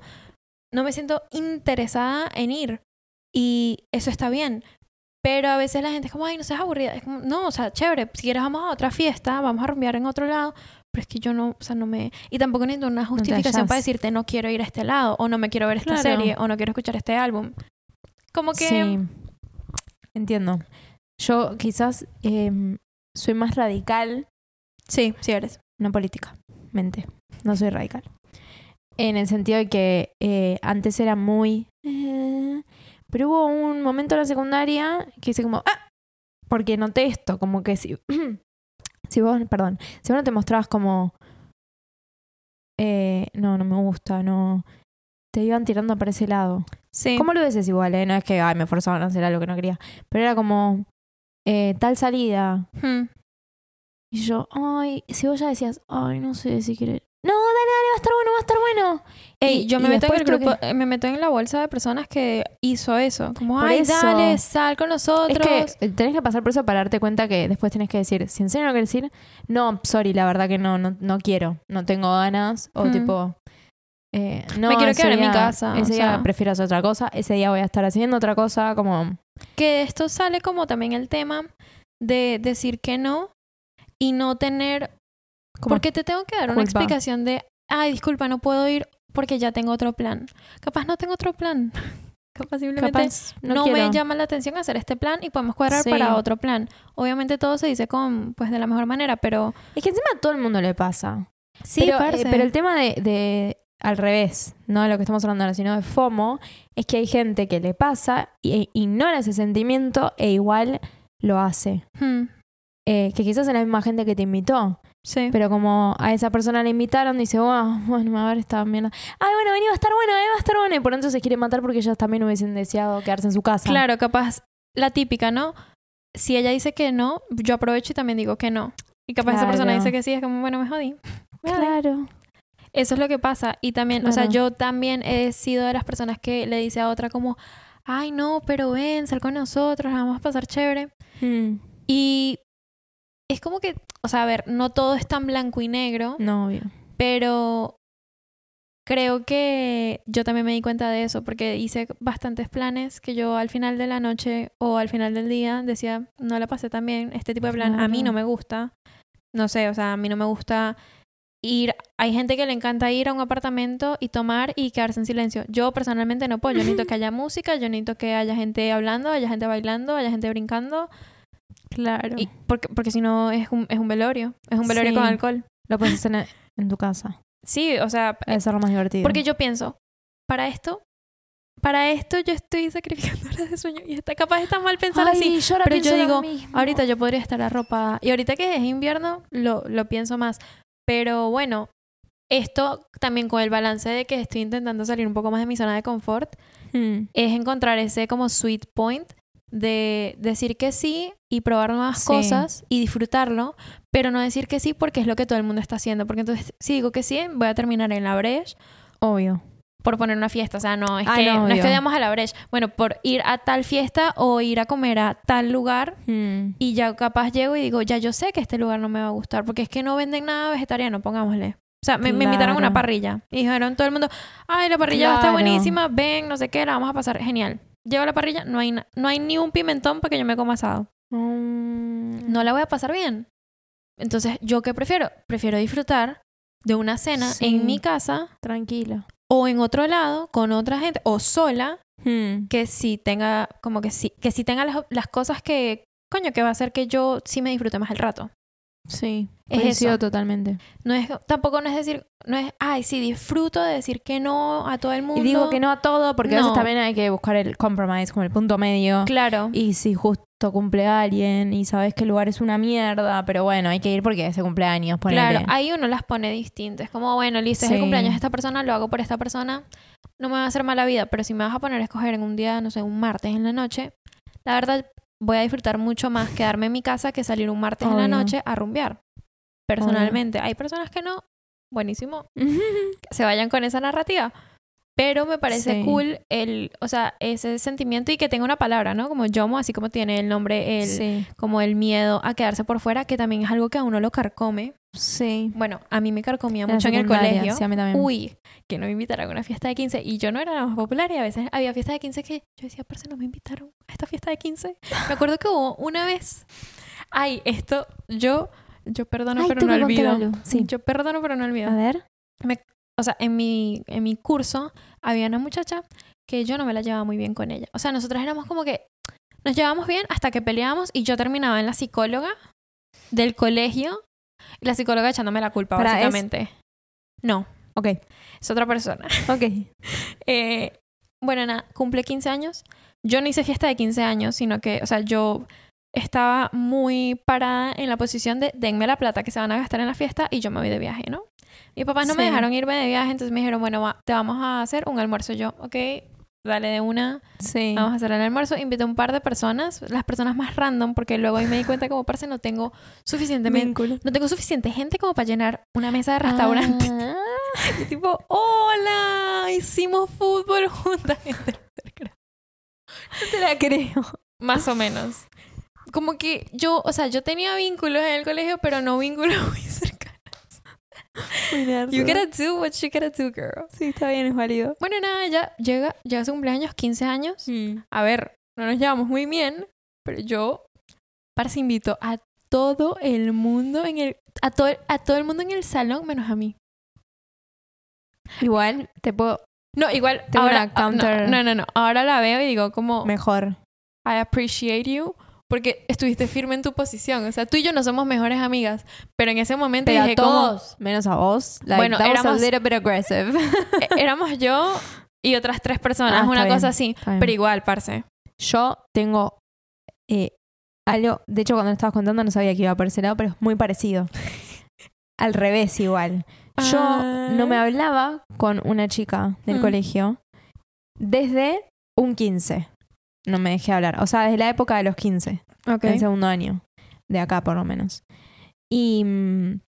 Speaker 2: no me siento interesada en ir. Y eso está bien. Pero a veces la gente es como, ay, no seas aburrida. Es como, no, o sea, chévere, si quieres vamos a otra fiesta, vamos a rumbear en otro lado. Pero es que yo no, o sea, no me... Y tampoco necesito una justificación
Speaker 1: hallas.
Speaker 2: para decirte no quiero ir a este lado, o no me quiero ver esta
Speaker 1: Claro.
Speaker 2: serie, o no quiero escuchar este álbum. Como que...
Speaker 1: Sí. Entiendo. Yo quizás em, soy más radical,
Speaker 2: Sí, sí eres.
Speaker 1: no política, mente. No soy radical. En el sentido de que eh, antes era muy... eh, pero hubo un momento en la secundaria que hice como... ¡Ah! Porque noté esto, como que si... si vos, perdón, si vos no te mostrabas como... eh, no, no me gusta, no... Te iban tirando para ese lado.
Speaker 2: Sí.
Speaker 1: ¿Cómo lo dices igual? eh? No es que ay, me forzaban a hacer algo que no quería. Pero era como eh, tal salida.
Speaker 2: Hmm.
Speaker 1: Y yo, ay, si vos ya decías, ay, no sé si quieres. No, dale, dale, va a estar bueno, va a estar bueno.
Speaker 2: Ey,
Speaker 1: Y-
Speaker 2: yo me
Speaker 1: y
Speaker 2: meto en el
Speaker 1: después creo
Speaker 2: grupo, eh, me meto en la bolsa de personas que hizo eso. Como,
Speaker 1: Por
Speaker 2: ay,
Speaker 1: eso.
Speaker 2: dale, sal con nosotros.
Speaker 1: Es que tenés que pasar por eso para darte cuenta que después tenés que decir, si en serio no querés ir, no, sorry, la verdad que no, no, no quiero, no tengo ganas. O
Speaker 2: Mm.
Speaker 1: tipo, eh, no,
Speaker 2: Me quiero
Speaker 1: ese
Speaker 2: quedar en mi
Speaker 1: día-
Speaker 2: casa,
Speaker 1: Ese
Speaker 2: o
Speaker 1: día
Speaker 2: sea.
Speaker 1: prefiero hacer otra cosa, ese día voy a estar haciendo otra cosa, como.
Speaker 2: que esto sale como también el tema de decir que no y no tener
Speaker 1: como
Speaker 2: porque te tengo que dar una
Speaker 1: culpa.
Speaker 2: explicación de ay disculpa no puedo ir porque ya tengo otro plan capaz no tengo otro plan capaz simplemente
Speaker 1: capaz,
Speaker 2: no,
Speaker 1: no, quiero.
Speaker 2: me llama la atención hacer este plan y podemos cuadrar
Speaker 1: Sí.
Speaker 2: para otro plan obviamente todo se dice con pues de la mejor manera pero
Speaker 1: Es que encima a todo el mundo le pasa.
Speaker 2: sí
Speaker 1: pero, eh, pero el tema de, de- al revés, no de lo que estamos hablando ahora, sino de FOMO, es que hay gente que le pasa y- e ignora ese sentimiento e igual lo hace.
Speaker 2: Hmm,
Speaker 1: Eh, que quizás es la misma gente que te invitó,
Speaker 2: sí
Speaker 1: pero como a esa persona le invitaron, dice, wow, bueno, a ver esta mierda. Ay, bueno, vení, va a estar bueno, eh, va a estar bueno. Y por tanto se quiere matar porque ellas también hubiesen deseado quedarse en su casa.
Speaker 2: claro capaz la típica no si ella dice que no yo aprovecho y también digo que no y capaz esa persona
Speaker 1: Claro.
Speaker 2: dice que sí es como bueno me jodí Me jodí.
Speaker 1: Claro.
Speaker 2: Eso es lo que pasa. Y también, o sea,
Speaker 1: Claro.
Speaker 2: yo también he sido de las personas que le dice a otra como, ay, no, pero ven, sal con nosotros, la vamos a pasar chévere.
Speaker 1: Mm,
Speaker 2: Y es como que, o sea, a ver, no todo es tan blanco y negro,
Speaker 1: no, obvio.
Speaker 2: pero creo que yo también me di cuenta de eso, porque hice bastantes planes que yo al final de la noche o al final del día decía, no la pasé tan bien, este tipo de plan a mí
Speaker 1: Claro.
Speaker 2: no me gusta, no sé, o sea, a mí no me gusta ir, hay gente que le encanta ir a un apartamento y tomar y quedarse en silencio, yo personalmente no puedo, yo necesito que haya música, yo necesito que haya gente hablando, haya gente bailando, haya gente brincando,
Speaker 1: Claro.
Speaker 2: y porque, porque si no es un, es un velorio, es un velorio
Speaker 1: Sí.
Speaker 2: con alcohol.
Speaker 1: lo puedes hacer en, en tu casa.
Speaker 2: Sí, o sea,
Speaker 1: Debe ser lo más divertido.
Speaker 2: Porque yo pienso, para esto, para esto yo estoy sacrificando horas de sueño y está capaz está mal pensar
Speaker 1: Ay,
Speaker 2: así.
Speaker 1: yo ahora
Speaker 2: pero yo
Speaker 1: pienso lo
Speaker 2: digo,
Speaker 1: mismo.
Speaker 2: Ahorita yo podría estar arropada y ahorita que es invierno lo, lo pienso más. Pero bueno, esto también con el balance de que estoy intentando salir un poco más de mi zona de confort,
Speaker 1: Mm.
Speaker 2: es encontrar ese como sweet point de decir que sí y probar nuevas
Speaker 1: Sí.
Speaker 2: cosas y disfrutarlo, pero no decir que sí porque es lo que todo el mundo está haciendo. Porque entonces, si digo que sí, voy a terminar en la brecha
Speaker 1: Obvio.
Speaker 2: por poner una fiesta. O sea, no es
Speaker 1: Ah,
Speaker 2: que
Speaker 1: no,
Speaker 2: no, es
Speaker 1: obvio.
Speaker 2: que odiamos a la brecha. Bueno, por ir a tal fiesta o ir a comer a tal lugar.
Speaker 1: Mm.
Speaker 2: Y ya capaz llego y digo, ya yo sé que este lugar no me va a gustar, porque es que no venden nada vegetariano, pongámosle. O sea, me, me invitaron a una
Speaker 1: Claro.
Speaker 2: parrilla. Y dijeron todo el mundo, ay, la parrilla va a estar
Speaker 1: Claro.
Speaker 2: buenísima, ven, no sé qué, la vamos a pasar. Genial. Llego a la parrilla, no hay, na- no hay ni un pimentón para que yo me coma asado.
Speaker 1: Mm.
Speaker 2: No la voy a pasar bien. Entonces, ¿yo qué prefiero? Prefiero disfrutar de una cena
Speaker 1: Sí.
Speaker 2: en mi casa
Speaker 1: Tranquila.
Speaker 2: o en otro lado con otra gente o sola que sí tenga como que sí que sí tenga las, las cosas que coño que va a hacer que yo sí me disfrute más el rato
Speaker 1: Sí.
Speaker 2: Es
Speaker 1: Coincido
Speaker 2: eso.
Speaker 1: totalmente.
Speaker 2: no es tampoco no es decir no es ay sí disfruto de decir que no a todo el mundo
Speaker 1: Y digo que no a todo, porque a veces
Speaker 2: No.
Speaker 1: también hay que buscar el compromise, como el punto medio.
Speaker 2: claro
Speaker 1: Y si justo cumple alguien y sabes que el lugar es una mierda, pero bueno, hay que ir porque es el cumpleaños, ponele.
Speaker 2: Claro, Ah, ahí uno las pone distintas. Como, bueno, listo, es el
Speaker 1: Sí.
Speaker 2: cumpleaños de esta persona, lo hago por esta persona, no me va a hacer mala vida, pero si me vas a poner a escoger en un día, no sé, un martes en la noche, la verdad, voy a disfrutar mucho más quedarme en mi casa que salir un martes en la
Speaker 1: Obvio.
Speaker 2: noche a rumbear. Personalmente, hay personas que no, buenísimo, que se vayan con esa narrativa. Pero me parece
Speaker 1: Sí.
Speaker 2: cool el, o sea, ese sentimiento y que tenga una palabra, ¿no? Como yomo, así como tiene el nombre, el,
Speaker 1: sí,
Speaker 2: como el miedo a quedarse por fuera, que también es algo que a uno lo carcome.
Speaker 1: sí.
Speaker 2: Bueno, a mí me carcomía
Speaker 1: la
Speaker 2: mucho en el
Speaker 1: secundaria,
Speaker 2: colegio.
Speaker 1: sí, a mí también.
Speaker 2: Uy, que no me invitaron a una fiesta de 15. Y yo no era la más popular y a veces había fiestas de 15 que yo decía, parce, no me invitaron a esta fiesta de 15. Me acuerdo que hubo una vez. Ay, esto yo, yo perdono
Speaker 1: Ay,
Speaker 2: pero
Speaker 1: tú
Speaker 2: no
Speaker 1: que conté
Speaker 2: olvido.
Speaker 1: algo. Sí.
Speaker 2: Yo perdono pero no
Speaker 1: A
Speaker 2: olvido.
Speaker 1: ver.
Speaker 2: O sea, en mi, en mi curso había una muchacha que yo no me la llevaba muy bien con ella. O sea, nosotras éramos como que nos llevábamos bien hasta que peleábamos y yo terminaba en la psicóloga del colegio y la psicóloga echándome la culpa,
Speaker 1: Para, ¿es-
Speaker 2: básicamente. No,
Speaker 1: Ok,
Speaker 2: es otra persona.
Speaker 1: ok.
Speaker 2: Eh, bueno, nada, cumple 15 años. Yo no hice fiesta de 15 años, sino que, o sea, yo estaba muy parada en la posición de denme la plata que se van a gastar en la fiesta y yo me voy de viaje, ¿no? Mis papás no me
Speaker 1: Sí.
Speaker 2: dejaron irme de viaje, entonces me dijeron, bueno, va, te vamos a hacer un almuerzo. Yo, ok, dale de una,
Speaker 1: Sí.
Speaker 2: vamos a hacer el almuerzo. Invité a un par de personas, las personas más random, porque luego ahí me di cuenta como, parce, no tengo suficientemente...
Speaker 1: Vínculo.
Speaker 2: No tengo suficiente gente como para llenar una mesa de restaurante.
Speaker 1: Ah,
Speaker 2: Y tipo, hola, hicimos fútbol juntas. en tercer grado".
Speaker 1: no te la creo.
Speaker 2: Más o menos. Como que yo, o sea, yo tenía vínculos en el colegio, pero no vínculos muy cercanos.
Speaker 1: Muy nerdo.
Speaker 2: You gotta do what you gotta do, girl.
Speaker 1: Sí, está bien, es válido.
Speaker 2: Bueno, nada, ya llega, llega su cumpleaños, 15 años. A ver, no nos llevamos muy bien, pero yo, parce, invito a todo el mundo en el, a todo, a todo el mundo en el salón, menos a mí.
Speaker 1: Igual te puedo
Speaker 2: No, igual,
Speaker 1: Tengo
Speaker 2: ahora, ah,
Speaker 1: una counter-
Speaker 2: no, no, no, ahora la veo y digo como,
Speaker 1: mejor.
Speaker 2: I appreciate you porque estuviste firme en tu posición. O sea, tú y yo no somos mejores amigas, pero en ese momento
Speaker 1: Pero a
Speaker 2: dije como
Speaker 1: todos, menos a vos. Like,
Speaker 2: Bueno,
Speaker 1: that was
Speaker 2: éramos-
Speaker 1: a little bit aggressive.
Speaker 2: eh, éramos yo y otras tres personas,
Speaker 1: Ah, está
Speaker 2: una
Speaker 1: bien.
Speaker 2: cosa así, pero igual, parce.
Speaker 1: Yo tengo eh, algo, de hecho cuando lo estabas contando no sabía que iba por ese lado, pero es muy parecido. Al revés igual. Yo
Speaker 2: Ah.
Speaker 1: no me hablaba con una chica del
Speaker 2: Mm.
Speaker 1: colegio desde un 15. No me dejé hablar. O sea, desde la época de los 15. en segundo año, de acá por lo menos. Y mm,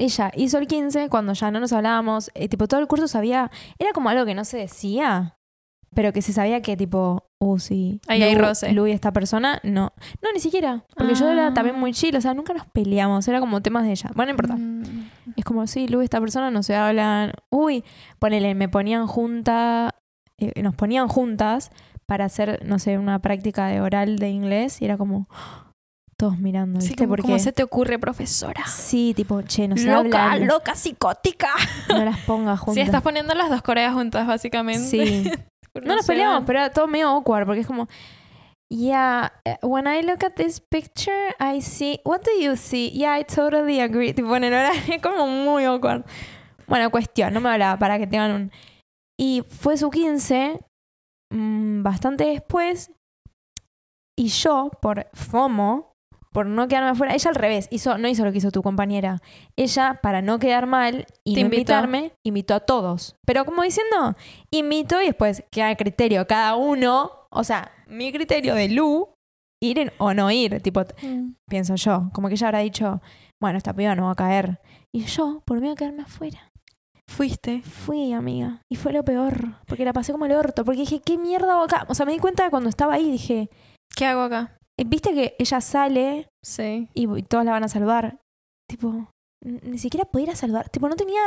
Speaker 1: ella hizo el 15 cuando ya no nos hablábamos, eh, tipo todo el curso sabía, era como algo que no se decía, pero que se sabía que tipo, uh, sí,
Speaker 2: Ahí hay
Speaker 1: Lu-
Speaker 2: roce.
Speaker 1: Lu y esta persona, no, no, ni siquiera, porque yo
Speaker 2: Ah.
Speaker 1: era también muy chill, o sea, nunca nos peleamos, era como temas de ella, bueno, no importa.
Speaker 2: Mm.
Speaker 1: Es como, sí, Lu, esta persona no se hablan. Uy, ponele, me ponían junta, eh, nos ponían juntas para hacer, no sé, una práctica de oral de inglés y era como, todos mirando,
Speaker 2: Sí,
Speaker 1: ¿viste?
Speaker 2: como,
Speaker 1: Porque,
Speaker 2: ¿Cómo se te ocurre, profesora?
Speaker 1: sí, tipo, che, no se
Speaker 2: loca,
Speaker 1: hablan,
Speaker 2: loca, psicótica.
Speaker 1: no las pongas juntas.
Speaker 2: Sí, estás poniendo las dos Coreas juntas, básicamente.
Speaker 1: Sí. No nos
Speaker 2: se
Speaker 1: peleamos,
Speaker 2: dan.
Speaker 1: pero era todo medio awkward porque es como, yeah, eh, when I look at this picture, I see, what do you see? Yeah, I totally agree. Tipo, en el horario es como muy awkward. Bueno, cuestión, no me hablaba para que tengan un... Y fue su 15, mm, bastante después, y yo, por FOMO, por no quedarme afuera, ella al revés, hizo, no hizo lo que hizo tu compañera. Ella, para no quedar mal y
Speaker 2: Te
Speaker 1: no
Speaker 2: invitó.
Speaker 1: invitarme, invitó a todos. Pero como diciendo, invito y después queda el criterio cada uno, o sea, mi criterio de Lu, ir en- o no ir, tipo, t-
Speaker 2: Mm.
Speaker 1: pienso yo, como que ella habrá dicho, bueno, esta piba no va a caer. Y yo, por miedo a quedarme afuera,
Speaker 2: Fuiste.
Speaker 1: fui, amiga, y fue lo peor, porque la pasé como el orto, porque dije, ¿qué mierda hago acá? O sea, me di cuenta cuando estaba ahí, dije,
Speaker 2: ¿Qué hago acá?
Speaker 1: eh, viste que ella sale
Speaker 2: Sí.
Speaker 1: y y todos la van a salvar. Tipo, n- ni siquiera podía ir a salvar. Tipo, no tenía.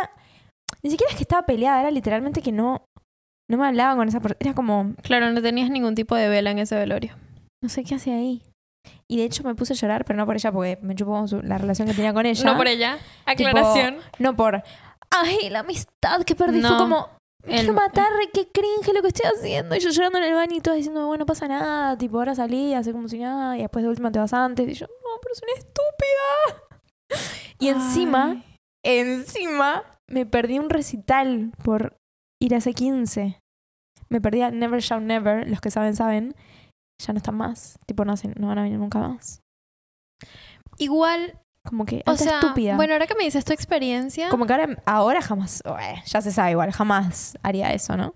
Speaker 1: Ni siquiera es que estaba peleada, era literalmente que no. No me hablaba con esa persona. Era como,
Speaker 2: Claro, no tenías ningún tipo de vela en ese velorio.
Speaker 1: no sé qué hace ahí. Y de hecho me puse a llorar, pero no por ella, porque me chupó su- la relación que tenía con ella.
Speaker 2: No por ella. Aclaración.
Speaker 1: No por, Ay, la amistad que perdí.
Speaker 2: No,
Speaker 1: Fue como. Me
Speaker 2: el-
Speaker 1: quiero matar, qué cringe lo que estoy haciendo. Y yo llorando en el baño y todas diciendo, bueno, no pasa nada. Tipo, ahora salí, hace como si nada. Y después de última te vas antes. Y yo, no, pero soy una estúpida. Y encima,
Speaker 2: Ay.
Speaker 1: Encima, me perdí un recital por ir a ese 15. Me perdí a Never Shout Never, los que saben, saben. Ya no están más. Tipo, no, hacen- no van a venir nunca más.
Speaker 2: Igual,
Speaker 1: Como que,
Speaker 2: o
Speaker 1: alta
Speaker 2: sea,
Speaker 1: estúpida.
Speaker 2: bueno, ahora que me dices tu experiencia,
Speaker 1: como que ahora, ahora jamás, Ué, ya se sabe igual, jamás haría eso, ¿no?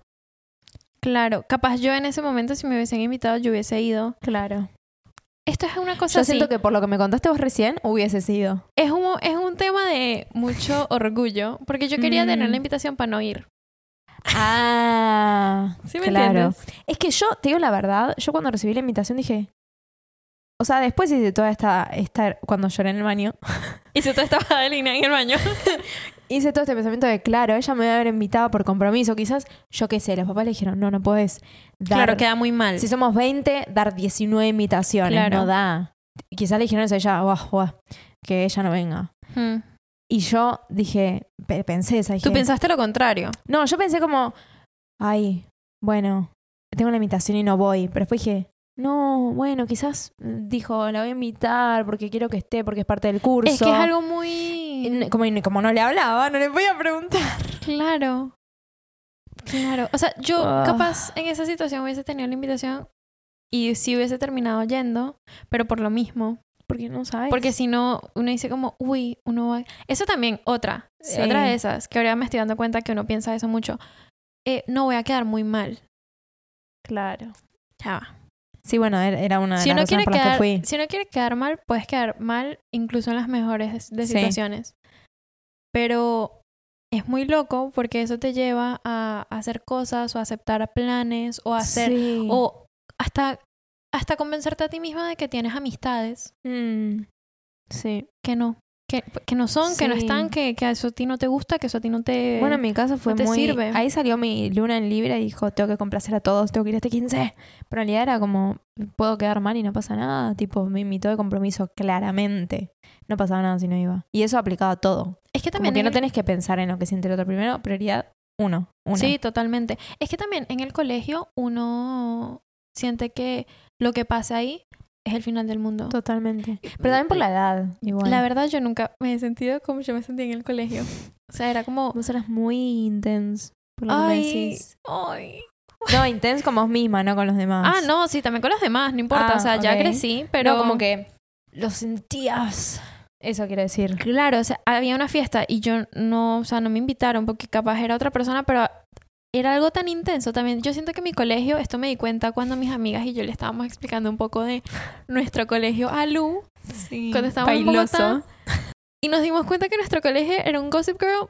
Speaker 2: claro, capaz yo en ese momento si me hubiesen invitado yo hubiese ido,
Speaker 1: Claro.
Speaker 2: esto es una
Speaker 1: Yo
Speaker 2: cosa así.
Speaker 1: siento que por lo que me contaste vos recién, hubiese sido.
Speaker 2: es, un, es un tema de mucho orgullo, porque yo quería tener
Speaker 1: Mm.
Speaker 2: la invitación para no ir.
Speaker 1: Ah,
Speaker 2: ¿Sí me
Speaker 1: claro.
Speaker 2: entiendes?
Speaker 1: Es que yo, te digo la verdad, yo cuando recibí la invitación dije. O sea, después hice toda esta. esta cuando lloré en el baño,
Speaker 2: Y se te estaba Adelina en el baño.
Speaker 1: hice todo este pensamiento de, claro, ella me debe haber invitado por compromiso, quizás. Yo qué sé, los papás le dijeron, no, no puedes dar.
Speaker 2: Claro, queda muy mal.
Speaker 1: Si somos 20, dar 19 invitaciones,
Speaker 2: Claro.
Speaker 1: no da. Y Quizás le dijeron eso a ella, guau, guau, que ella no venga.
Speaker 2: Mm.
Speaker 1: Y yo dije, pe- pensé esa.
Speaker 2: Tú
Speaker 1: dije,
Speaker 2: pensaste lo contrario.
Speaker 1: No, yo pensé como, ay, bueno, tengo una invitación y no voy. Pero después dije, no, bueno, quizás mm, dijo, la voy a invitar porque quiero que esté, porque es parte del curso.
Speaker 2: Es que es algo
Speaker 1: Y
Speaker 2: muy...
Speaker 1: n- Como, y como no le hablaba, no le podía preguntar.
Speaker 2: Claro. Claro. O sea, yo
Speaker 1: Ah.
Speaker 2: capaz en esa situación hubiese tenido la invitación y sí hubiese terminado yendo, pero por lo mismo.
Speaker 1: Porque no sabes.
Speaker 2: Porque si no, uno dice como, uy, uno va... Eso también, otra.
Speaker 1: Sí.
Speaker 2: Otra de esas, que ahora me estoy dando cuenta que uno piensa eso mucho. Eh, no voy a quedar muy mal.
Speaker 1: Claro.
Speaker 2: Ya va.
Speaker 1: Sí, bueno, er- era una de
Speaker 2: Si
Speaker 1: las
Speaker 2: uno,
Speaker 1: razones
Speaker 2: quiere
Speaker 1: por las que
Speaker 2: quedar,
Speaker 1: fui.
Speaker 2: si uno quiere quedar mal, puedes quedar mal incluso en las mejores de
Speaker 1: Sí.
Speaker 2: situaciones. Pero es muy loco porque eso te lleva a hacer cosas o a aceptar planes o a hacer...
Speaker 1: Sí.
Speaker 2: O hasta, hasta convencerte a ti misma de que tienes amistades
Speaker 1: Mm. Sí.
Speaker 2: que no. Que, que no son, que no
Speaker 1: Sí.
Speaker 2: están, que, que eso a ti no te gusta, que eso a ti no te...
Speaker 1: Bueno, en mi caso fue
Speaker 2: no te
Speaker 1: muy...
Speaker 2: sirve.
Speaker 1: Ahí salió mi luna en Libra y dijo, tengo que complacer a todos, tengo que ir a este 15. Pero en realidad era como, puedo quedar mal y no pasa nada. Tipo, me invitó de compromiso claramente. No pasaba nada si no iba. Y eso aplicaba a todo.
Speaker 2: es que
Speaker 1: Como
Speaker 2: también...
Speaker 1: que
Speaker 2: en
Speaker 1: no
Speaker 2: el-
Speaker 1: tenés que pensar en lo que siente el otro primero. Prioridad, uno. uno.
Speaker 2: Sí, totalmente. Es que también en el colegio uno siente que lo que pasa ahí es el final del mundo.
Speaker 1: Totalmente. Pero también por la edad, igual.
Speaker 2: La verdad, yo nunca me he sentido como yo me sentía en el colegio. O sea, era como.
Speaker 1: Vos eras muy intense. Por lo que me
Speaker 2: Ay,
Speaker 1: decís.
Speaker 2: ay.
Speaker 1: No, intense con vos misma, no con los demás.
Speaker 2: Ah, no, sí, también con los demás, no importa.
Speaker 1: Ah,
Speaker 2: o sea, ya
Speaker 1: ok.
Speaker 2: crecí, pero.
Speaker 1: Pero como que lo sentías. Eso quiero decir.
Speaker 2: Claro, o sea, había una fiesta y yo no, o sea, no me invitaron porque capaz era otra persona, pero era algo tan intenso también. Yo siento que mi colegio, esto me di cuenta cuando mis amigas y yo le estábamos explicando un poco de nuestro colegio a Lu.
Speaker 1: Sí.
Speaker 2: cuando estábamos en Bogotá. Y nos dimos cuenta que nuestro colegio era un Gossip Girl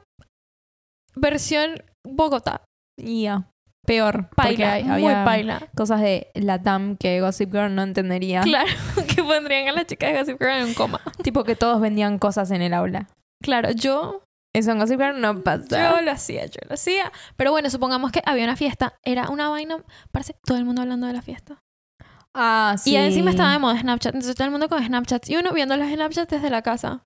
Speaker 2: versión Bogotá.
Speaker 1: Ya. ah, Peor. porque
Speaker 2: Paila,
Speaker 1: hay-
Speaker 2: muy
Speaker 1: había
Speaker 2: paila.
Speaker 1: Cosas de Latam que Gossip Girl no entendería.
Speaker 2: Claro, que pondrían a la chica de Gossip Girl en un coma.
Speaker 1: Tipo que todos vendían cosas en el aula.
Speaker 2: Claro, yo,
Speaker 1: Eso en Gossip Girl no
Speaker 2: yo
Speaker 1: pasa.
Speaker 2: lo hacía, yo lo hacía. Pero bueno, supongamos que había una fiesta. Era una vaina, parece todo el mundo hablando de la fiesta.
Speaker 1: Ah, sí.
Speaker 2: Y encima estaba de moda Snapchat, entonces todo el mundo con Snapchats. Y uno viendo los Snapchats desde la casa.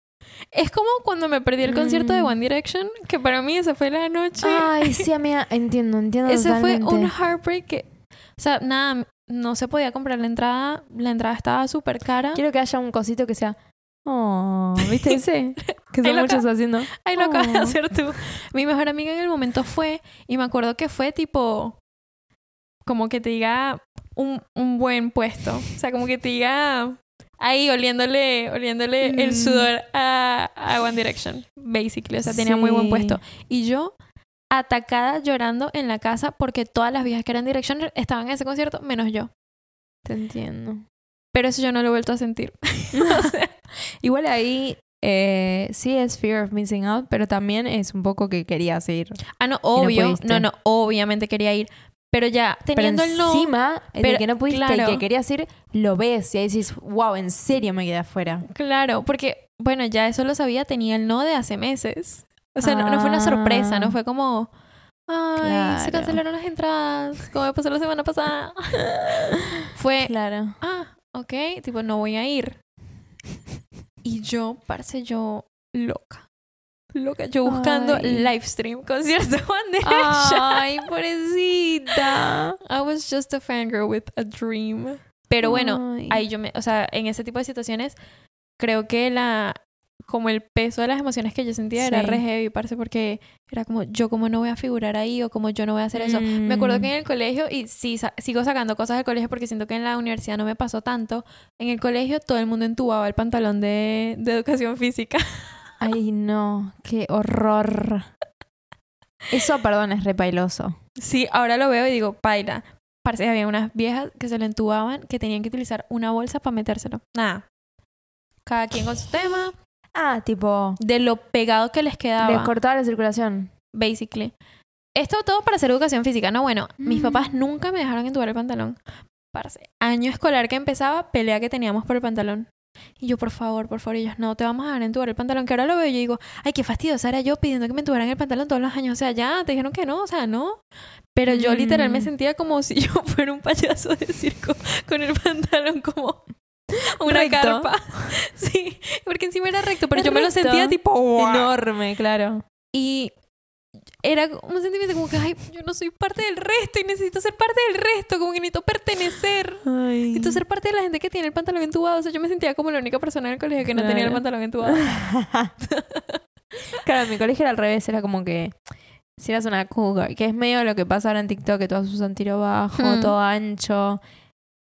Speaker 2: Es como cuando me perdí el concierto de
Speaker 1: Mm.
Speaker 2: One Direction, que para mí esa fue la noche.
Speaker 1: Ay, sí, amiga. Entiendo, entiendo
Speaker 2: Ese
Speaker 1: totalmente.
Speaker 2: fue un heartbreak que... O sea, nada, no se podía comprar la entrada. La entrada estaba súper cara.
Speaker 1: Quiero que haya un cosito que sea... Oh, ¿viste ese? Que
Speaker 2: Ay,
Speaker 1: son
Speaker 2: loca.
Speaker 1: muchos haciendo...
Speaker 2: Ay, lo acabas de
Speaker 1: Oh.
Speaker 2: hacer tú. Mi mejor amiga en el momento fue... Y me acuerdo que fue tipo... Como que te diga un, un buen puesto. O sea, como que te diga... Ahí oliéndole, oliéndole
Speaker 1: Mm.
Speaker 2: el sudor a, a One Direction. Basically, o sea, tenía muy
Speaker 1: Sí.
Speaker 2: buen puesto. Y yo atacada llorando en la casa porque todas las viejas que eran Direction estaban en ese concierto, menos yo.
Speaker 1: Te entiendo.
Speaker 2: Pero eso yo no lo he vuelto a sentir. O sea,
Speaker 1: Igual ahí... eh, sí es fear of missing out, pero también es un poco que querías ir.
Speaker 2: ah, no, obvio.
Speaker 1: pudiste.
Speaker 2: No, no, obviamente quería ir. Pero ya, teniendo el
Speaker 1: pero
Speaker 2: no.
Speaker 1: encima de
Speaker 2: pero-
Speaker 1: que no pudiste y
Speaker 2: claro.
Speaker 1: que querías ir, lo ves y ahí dices, wow, en serio me quedé afuera.
Speaker 2: Claro, porque, bueno, ya eso lo sabía, tenía el no de hace meses. O sea, no, no fue una
Speaker 1: Ah.
Speaker 2: sorpresa, no fue como. Ay,
Speaker 1: Claro.
Speaker 2: se cancelaron las entradas, como me pasó la semana pasada. fue,
Speaker 1: Claro.
Speaker 2: ah, ok, tipo, no voy a ir. Y yo, parce, yo loca. Loca, yo buscando
Speaker 1: Ay.
Speaker 2: live stream concierto de One Direction.
Speaker 1: Ay, pobrecita.
Speaker 2: I was just a fangirl with a dream. Pero bueno,
Speaker 1: Ay.
Speaker 2: ahí yo me, o sea, en ese tipo de situaciones creo que la como el peso de las emociones que yo sentía era
Speaker 1: Sí.
Speaker 2: re heavy, parce, porque era como yo como no voy a figurar ahí o como yo no voy a hacer eso.
Speaker 1: Mm.
Speaker 2: Me acuerdo que en el colegio y sí sa- sigo sacando cosas del colegio porque siento que en la universidad no me pasó tanto. En el colegio todo el mundo entubaba el pantalón de, de educación física.
Speaker 1: Mm, Ay, no, qué horror. Eso, perdón, es repailoso.
Speaker 2: Sí, ahora lo veo y digo, paila. Parece que había unas viejas que se lo entubaban que tenían que utilizar una bolsa para metérselo. Nada. Cada quien con su tema,
Speaker 1: Ah, tipo.
Speaker 2: de lo pegado que les quedaba.
Speaker 1: Les cortaba la circulación.
Speaker 2: basically. Esto todo para hacer educación física. No, bueno, mis
Speaker 1: Mm.
Speaker 2: papás nunca me dejaron entubar el pantalón. Parce, año escolar que empezaba, pelea que teníamos por el pantalón. Y yo, por favor, por favor, ellos, no, te vamos a dejar entubar el pantalón. Que ahora lo veo y yo digo, ay, qué fastidiosa era yo pidiendo que me entubaran el pantalón todos los años. O sea, ya, te dijeron que no, o sea, no. Pero yo literal me
Speaker 1: Mm.
Speaker 2: sentía como si yo fuera un payaso de circo con el pantalón como una
Speaker 1: Recto.
Speaker 2: carpa. Sí, porque encima era recto, pero
Speaker 1: Es
Speaker 2: yo me lo
Speaker 1: recto.
Speaker 2: sentía tipo... "Guau".
Speaker 1: Enorme, claro.
Speaker 2: Y era un sentimiento como que, ay, yo no soy parte del resto y necesito ser parte del resto, como que necesito pertenecer.
Speaker 1: Ay.
Speaker 2: Necesito ser parte de la gente que tiene el pantalón entubado. O sea, yo me sentía como la única persona del colegio que no tenía el
Speaker 1: Claro.
Speaker 2: pantalón entubado.
Speaker 1: claro, en mi colegio era al revés, era como que si eras una cougar, que es medio lo que pasa ahora en TikTok, que todas usan tiro bajo,
Speaker 2: Hmm.
Speaker 1: todo ancho.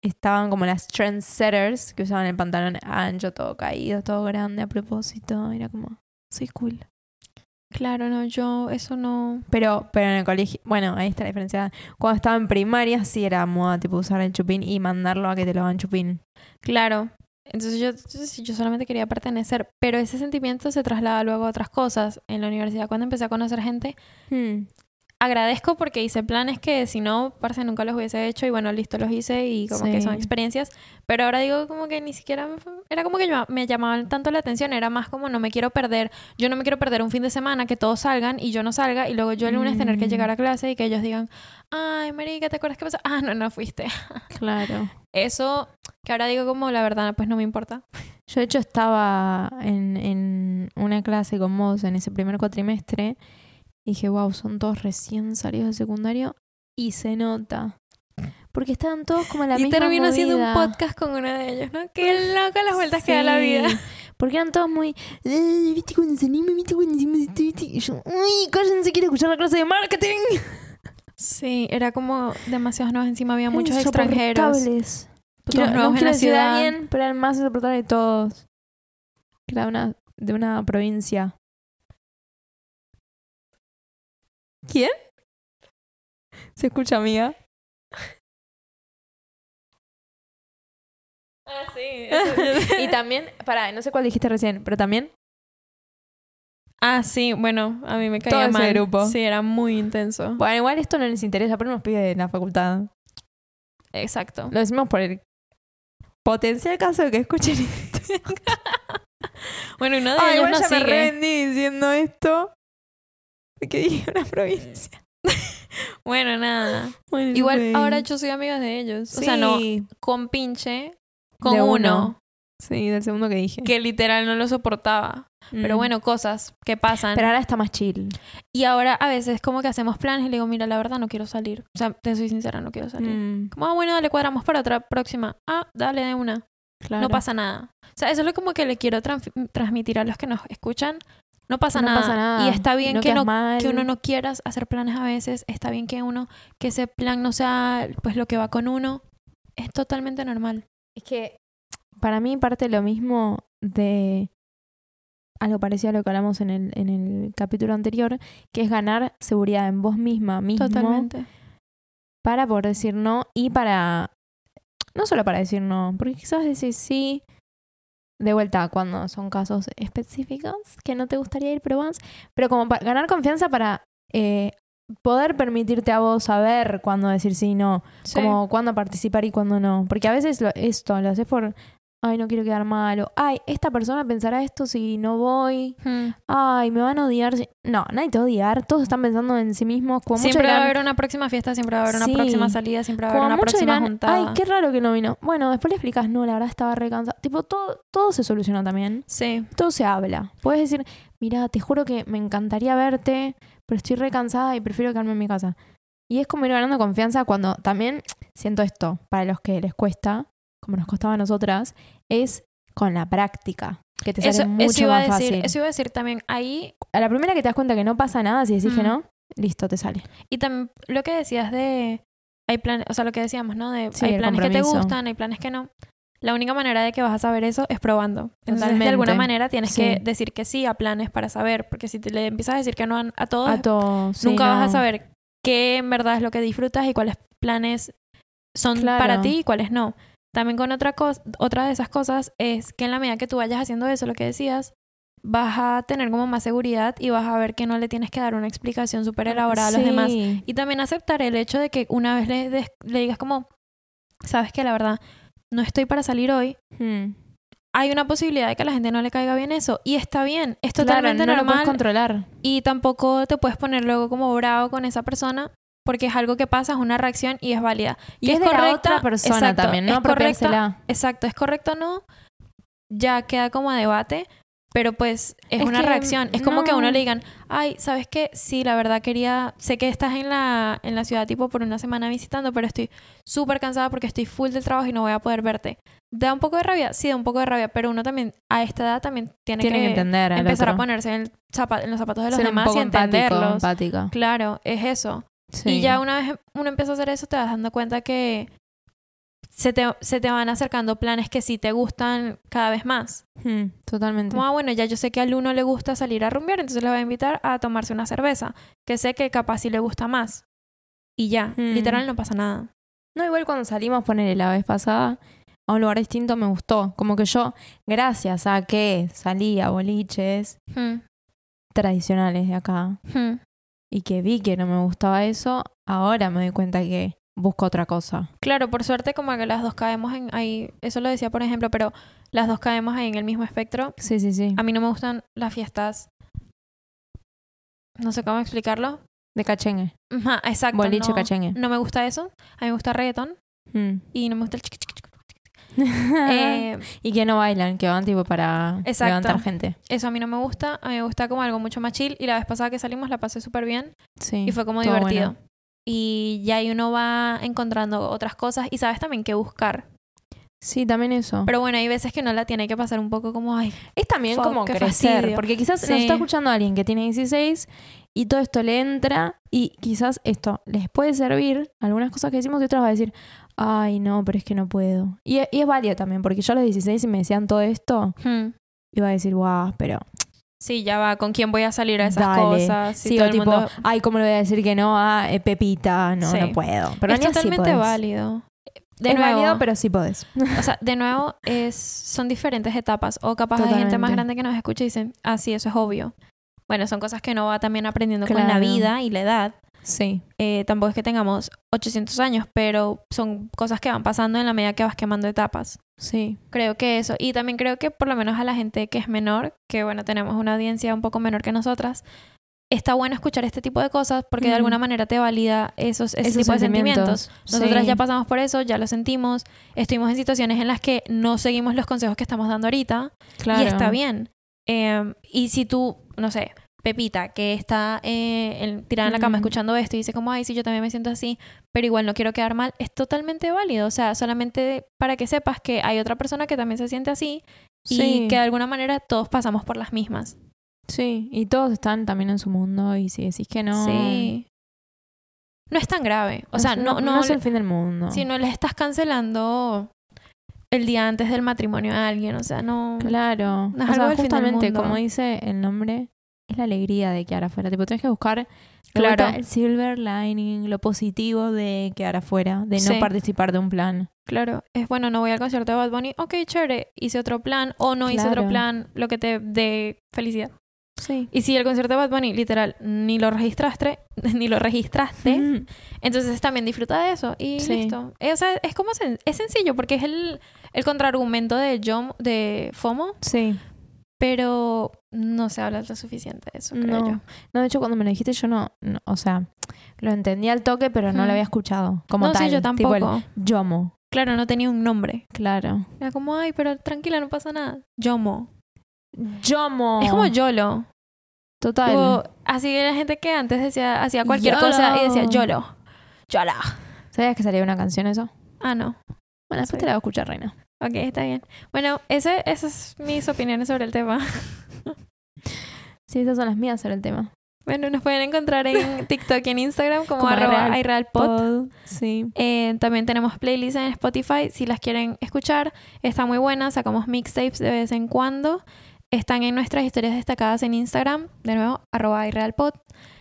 Speaker 1: Estaban como las trendsetters que usaban el pantalón ancho, todo caído, todo grande a propósito. Era como, soy cool.
Speaker 2: Claro, no, yo eso no...
Speaker 1: Pero, pero en el colegio, bueno, ahí está la diferencia. Cuando estaba en primaria sí era moda tipo usar el chupín y mandarlo a que te lo hagan chupín.
Speaker 2: Claro. Entonces yo, entonces yo solamente quería pertenecer, pero ese sentimiento se traslada luego a otras cosas. En la universidad, cuando empecé a conocer gente, agradezco porque hice planes que si no, parce, nunca los hubiese hecho y bueno, listo, los hice y como que son
Speaker 1: Sí.
Speaker 2: experiencias. Pero ahora digo como que ni siquiera, me fue- era como que yo- me llamaban tanto la atención, era más como no me quiero perder, yo no me quiero perder un fin de semana, que todos salgan y yo no salga y luego yo el lunes tener que
Speaker 1: Mm.
Speaker 2: llegar a clase y que ellos digan, ay, Marica, ¿te acuerdas qué pasó? Ah, no, no fuiste.
Speaker 1: Claro.
Speaker 2: Eso que ahora digo como la verdad, pues no me importa.
Speaker 1: Yo de hecho estaba en, en una clase con vos en ese primer cuatrimestre y dije, wow, son todos recién salidos de secundario y se nota. Porque estaban todos como en la
Speaker 2: y
Speaker 1: misma
Speaker 2: termino haciendo un
Speaker 1: movida.
Speaker 2: podcast con uno de ellos, ¿no? Qué loca las vueltas que da la vida.
Speaker 1: Sí, Porque eran todos muy, "Eh, viste cuando se anime, viste cuando hicimos esto, viste?". Y yo, uy, cállense, quiero escuchar la clase de marketing.
Speaker 2: Sí, era como demasiados nuevos encima, había muchos extranjeros.
Speaker 1: Insoportables.
Speaker 2: Quiero-
Speaker 1: Quiero,
Speaker 2: nuevos
Speaker 1: no
Speaker 2: en
Speaker 1: quiero
Speaker 2: la
Speaker 1: decir a
Speaker 2: ciudad.
Speaker 1: alguien, pero eran más insoportables de todos. Que era una, de una provincia. ¿Quién? Se escucha, amiga.
Speaker 2: Ah, sí.
Speaker 1: y también, pará, no sé cuál dijiste recién, pero también.
Speaker 2: ah, sí, bueno, a mí me caía
Speaker 1: Todo ese
Speaker 2: mal.
Speaker 1: grupo.
Speaker 2: Sí, era muy intenso.
Speaker 1: Bueno, igual esto no les interesa, pero nos pide en la facultad.
Speaker 2: Exacto.
Speaker 1: Lo decimos por el potencial caso de que escuchen.
Speaker 2: Bueno, uno de
Speaker 1: Ah,
Speaker 2: ellos
Speaker 1: igual
Speaker 2: no
Speaker 1: ya me
Speaker 2: sigue.
Speaker 1: rendí diciendo esto. Que dije una provincia.
Speaker 2: Bueno, nada.
Speaker 1: Bueno,
Speaker 2: Igual
Speaker 1: güey.
Speaker 2: ahora yo soy amiga de ellos. O sea, no,
Speaker 1: Sí.
Speaker 2: con pinche, con
Speaker 1: De
Speaker 2: uno,
Speaker 1: uno. Sí, del segundo que dije.
Speaker 2: que literal no lo soportaba. Pero
Speaker 1: Mm.
Speaker 2: bueno, cosas que pasan.
Speaker 1: Pero ahora está más chill.
Speaker 2: Y ahora a veces como que hacemos planes y le digo, mira, la verdad no quiero salir. O sea, te soy sincera, no quiero salir.
Speaker 1: Mm.
Speaker 2: Como, ah, bueno, dale, cuadramos para otra próxima. Ah, dale de una.
Speaker 1: claro.
Speaker 2: No pasa nada. O sea, eso es lo como que le quiero transf- transmitir a los que nos escuchan. No pasa,
Speaker 1: No
Speaker 2: nada.
Speaker 1: pasa nada.
Speaker 2: Y está bien que,
Speaker 1: quedas
Speaker 2: no,
Speaker 1: mal.
Speaker 2: que uno no quiera hacer planes a veces. Está bien que uno, que ese plan no sea pues lo que va con uno. Es totalmente normal.
Speaker 1: Es que para mí parte lo mismo de algo parecido a lo que hablamos en el, en el capítulo anterior, que es ganar seguridad en vos misma, mismo,
Speaker 2: Totalmente.
Speaker 1: para poder decir no y para... No solo para decir no, porque quizás decir sí de vuelta cuando son casos específicos que no te gustaría ir, pero vas, pero como para ganar confianza para eh, poder permitirte a vos saber cuándo decir sí y no.
Speaker 2: Sí.
Speaker 1: como cuándo participar y cuándo no. Porque a veces lo- esto lo haces por, ay, no quiero quedar malo. Ay, esta persona pensará esto si no voy.
Speaker 2: Mm.
Speaker 1: Ay, me van a odiar. si-". No, nadie te va a odiar. Todos están pensando en sí mismos. Como mucho
Speaker 2: Siempre va a
Speaker 1: dirán-
Speaker 2: haber una próxima fiesta, siempre va a haber una
Speaker 1: Sí.
Speaker 2: próxima salida, siempre va a haber
Speaker 1: como
Speaker 2: una
Speaker 1: mucho
Speaker 2: próxima
Speaker 1: dirán,
Speaker 2: juntada.
Speaker 1: Ay, qué raro que no vino. Bueno, después le explicas, no, la verdad estaba recansada. Tipo, todo, todo se soluciona también.
Speaker 2: Sí,
Speaker 1: Todo se habla. Puedes decir, mira, te juro que me encantaría verte, pero estoy recansada y prefiero quedarme en mi casa. Y es como ir ganando confianza cuando también siento esto, para los que les cuesta, como nos costaba a nosotras, es con la práctica, que te sale
Speaker 2: eso,
Speaker 1: mucho
Speaker 2: eso iba a
Speaker 1: más
Speaker 2: decir.
Speaker 1: fácil.
Speaker 2: Eso iba a decir también. Ahí
Speaker 1: A la primera que te das cuenta que no pasa nada, si decís que
Speaker 2: Mm.
Speaker 1: no, listo, te sale.
Speaker 2: Y también lo que decías de. Hay planes, o sea, lo que decíamos, ¿no? De
Speaker 1: Sí,
Speaker 2: hay
Speaker 1: el
Speaker 2: planes que te
Speaker 1: compromiso.
Speaker 2: gustan, hay planes que no. La única manera de que vas a saber eso es probando. Entonces, de
Speaker 1: Totalmente.
Speaker 2: alguna manera tienes
Speaker 1: Sí.
Speaker 2: que decir que sí a planes para saber, porque si te le empiezas a decir que no a, a todos,
Speaker 1: A todos. sí,
Speaker 2: nunca vas a
Speaker 1: no.
Speaker 2: saber qué en verdad es lo que disfrutas y cuáles planes son
Speaker 1: Claro.
Speaker 2: para ti y cuáles no. También con otra cosa, otra de esas cosas es que en la medida que tú vayas haciendo eso, lo que decías, vas a tener como más seguridad y vas a ver que no le tienes que dar una explicación súper elaborada a los demás.
Speaker 1: Sí.
Speaker 2: Y también aceptar el hecho de que una vez le, des- le digas como, sabes que la verdad, no estoy para salir hoy,
Speaker 1: Hmm.
Speaker 2: hay una posibilidad de que a la gente no le caiga bien eso. Y está bien, es
Speaker 1: Claro,
Speaker 2: totalmente
Speaker 1: no lo puedes
Speaker 2: normal.
Speaker 1: controlar.
Speaker 2: y tampoco te puedes poner luego como bravo con esa persona porque es algo que pasa, es una reacción y es válida.
Speaker 1: Y
Speaker 2: Que
Speaker 1: es de la
Speaker 2: correcta,
Speaker 1: otra persona
Speaker 2: exacto,
Speaker 1: también, no
Speaker 2: es correcta,
Speaker 1: apropiársela.
Speaker 2: Exacto, es correcto o no, ya queda como a debate, pero pues es,
Speaker 1: Es
Speaker 2: una
Speaker 1: que,
Speaker 2: reacción. Es como que a uno
Speaker 1: no.
Speaker 2: le digan, ay, ¿sabes qué? Sí, la verdad quería, sé que estás en la, en la ciudad tipo por una semana visitando, pero estoy súper cansada porque estoy full del trabajo y no voy a poder verte. ¿Da un poco de rabia? Sí, da un poco de rabia, pero uno también, a esta edad también tiene
Speaker 1: Tiene que entender al
Speaker 2: empezar a
Speaker 1: otro.
Speaker 2: ponerse en, el zapa- en los zapatos de los
Speaker 1: Ser un
Speaker 2: demás
Speaker 1: poco
Speaker 2: y entenderlos.
Speaker 1: empático, empática.
Speaker 2: Claro, es eso.
Speaker 1: Sí.
Speaker 2: Y ya una vez uno empieza a hacer eso, te vas dando cuenta que se te, se te van acercando planes que sí te gustan cada vez más.
Speaker 1: Hmm, Totalmente.
Speaker 2: Como, ah, bueno, ya yo sé que al uno le gusta salir a rumbear, entonces le voy a invitar a tomarse una cerveza, que sé que capaz sí le gusta más. Y ya,
Speaker 1: Hmm.
Speaker 2: literal no pasa nada.
Speaker 1: No, igual cuando salimos, ponele la vez pasada, a un lugar distinto me gustó. Como que yo, gracias a que salí a boliches
Speaker 2: Hmm,
Speaker 1: tradicionales de acá
Speaker 2: hmm.
Speaker 1: y que vi que no me gustaba eso, ahora me doy cuenta que busco otra cosa.
Speaker 2: Claro, por suerte como que las dos caemos en ahí, eso lo decía por ejemplo, pero las dos caemos ahí en el mismo espectro.
Speaker 1: Sí, sí, sí.
Speaker 2: A mí no me gustan las fiestas. No sé cómo explicarlo.
Speaker 1: De cachengue.
Speaker 2: Ajá, exacto.
Speaker 1: Boliche
Speaker 2: no,
Speaker 1: cachengue.
Speaker 2: no me gusta eso. A mí me gusta reggaetón
Speaker 1: Hmm.
Speaker 2: y no me gusta el chiqui chiqui chiqui. Eh,
Speaker 1: y que no bailan, que van tipo para
Speaker 2: Exacto.
Speaker 1: levantar gente.
Speaker 2: eso a mí no me gusta. A mí me gusta como algo mucho más chill. Y la vez pasada que salimos la pasé súper bien
Speaker 1: Sí.
Speaker 2: y fue como
Speaker 1: todo
Speaker 2: divertido.
Speaker 1: bueno.
Speaker 2: Y ya ahí uno va encontrando otras cosas y sabes también qué buscar.
Speaker 1: Sí, también eso.
Speaker 2: Pero bueno, hay veces que no la tiene que pasar un poco como, ay,
Speaker 1: Es también
Speaker 2: Fuck,
Speaker 1: como
Speaker 2: qué
Speaker 1: crecer,
Speaker 2: fastidio.
Speaker 1: porque quizás
Speaker 2: Sí.
Speaker 1: nos está escuchando alguien que tiene 16 y todo esto le entra y quizás esto les puede servir, algunas cosas que decimos y otras va a decir, ay no, pero es que no puedo. Y, e- y es válido también, porque yo a los 16 si me decían todo esto,
Speaker 2: hmm,
Speaker 1: iba a decir, guau, pero
Speaker 2: sí, ya va, ¿con quién voy a salir a esas
Speaker 1: Dale.
Speaker 2: cosas? Si
Speaker 1: sí,
Speaker 2: todo
Speaker 1: o
Speaker 2: el
Speaker 1: tipo,
Speaker 2: mundo-
Speaker 1: ay, ¿cómo le voy a decir que no a eh, Pepita? No,
Speaker 2: Sí.
Speaker 1: no puedo. Pero
Speaker 2: es
Speaker 1: ni así
Speaker 2: totalmente
Speaker 1: podés.
Speaker 2: válido. De
Speaker 1: es
Speaker 2: nuevo,
Speaker 1: válido, pero sí podés.
Speaker 2: O sea, de nuevo, es, son diferentes etapas. O capaz hay gente más
Speaker 1: Totalmente.
Speaker 2: grande que nos escucha y dicen, ah, sí, eso es obvio. Bueno, son cosas que uno va también aprendiendo con la
Speaker 1: Claro.
Speaker 2: vida y la edad.
Speaker 1: Sí.
Speaker 2: Eh, tampoco es que tengamos 800 años, pero son cosas que van pasando en la medida que vas quemando etapas.
Speaker 1: Sí.
Speaker 2: Creo que eso. Y también creo que por lo menos a la gente que es menor, que bueno, tenemos una audiencia un poco menor que nosotras, está bueno escuchar este tipo de cosas porque de
Speaker 1: Mm.
Speaker 2: alguna manera te valida esos, ese tipo de sentimientos. Nosotras
Speaker 1: Sí.
Speaker 2: ya pasamos por eso, ya lo sentimos, estuvimos en situaciones en las que no seguimos los consejos que estamos dando ahorita
Speaker 1: Claro.
Speaker 2: y está bien. Eh, y si tú, no sé, Pepita, que está eh, en- tirada en la cama
Speaker 1: Mm.
Speaker 2: escuchando esto y dice como, ay, sí, yo también me siento así, pero igual no quiero quedar mal, es totalmente válido. O sea, solamente para que sepas que hay otra persona que también se siente así y
Speaker 1: Sí.
Speaker 2: que de alguna manera todos pasamos por las mismas.
Speaker 1: Sí, y todos están también en su mundo y si decís que no...
Speaker 2: Sí. No es tan grave. O sea,
Speaker 1: es-
Speaker 2: no, no,
Speaker 1: es el fin del mundo.
Speaker 2: Si no les estás cancelando el día antes del matrimonio a alguien, o sea, no.
Speaker 1: Claro.
Speaker 2: No es
Speaker 1: o sea,
Speaker 2: algo del fin del
Speaker 1: justamente
Speaker 2: mundo.
Speaker 1: como dice el nombre, es la alegría de quedar afuera. Tipo, tenés que buscar de
Speaker 2: Claro.
Speaker 1: vuelta el silver lining, lo positivo de quedar afuera, de no
Speaker 2: Sí.
Speaker 1: participar de un plan.
Speaker 2: Claro, es bueno, no voy al concierto de Bad Bunny, ok, chévere, hice otro plan, o no hice otro
Speaker 1: Claro.
Speaker 2: plan, lo que te dé felicidad.
Speaker 1: Sí.
Speaker 2: Y si el concierto de Bad Bunny, literal, ni lo registraste, ni lo registraste, entonces también disfruta de eso y
Speaker 1: Sí.
Speaker 2: listo. Eh, O sea, es como, sen- es sencillo, porque es el, el contraargumento de John, de FOMO,
Speaker 1: Sí.
Speaker 2: pero no se habla lo suficiente de eso, creo yo.
Speaker 1: No. no, de hecho, cuando me lo dijiste, yo no, no- o sea, lo entendí al toque, pero no
Speaker 2: Mm.
Speaker 1: lo había escuchado. Como
Speaker 2: no
Speaker 1: tal.
Speaker 2: sé, yo
Speaker 1: Tipo
Speaker 2: tampoco.
Speaker 1: el yomo.
Speaker 2: Claro, no tenía un nombre.
Speaker 1: Claro.
Speaker 2: Era como, ay, pero tranquila, no pasa nada. Yomo. Oh.
Speaker 1: Yomo.
Speaker 2: Es como YOLO.
Speaker 1: Total.
Speaker 2: Tipo, así que la gente que antes decía, hacía cualquier
Speaker 1: YOLO.
Speaker 2: cosa y decía YOLO. YOLO.
Speaker 1: ¿Sabías que salía una canción eso?
Speaker 2: Ah, no.
Speaker 1: Bueno, después
Speaker 2: Sí.
Speaker 1: te la voy a escuchar, Reina.
Speaker 2: Ok, está bien. Bueno, ese, esas son mis opiniones sobre el tema.
Speaker 1: Sí, esas son las mías sobre el tema.
Speaker 2: Bueno, nos pueden encontrar en TikTok y en Instagram como,
Speaker 1: Como
Speaker 2: arroba
Speaker 1: iRealPod.
Speaker 2: iRealPod.
Speaker 1: Sí.
Speaker 2: Eh, también tenemos playlists en Spotify si las quieren escuchar. Está muy buena, sacamos mixtapes de vez en cuando. Están en nuestras historias destacadas en Instagram, de nuevo, arroba iRealPod.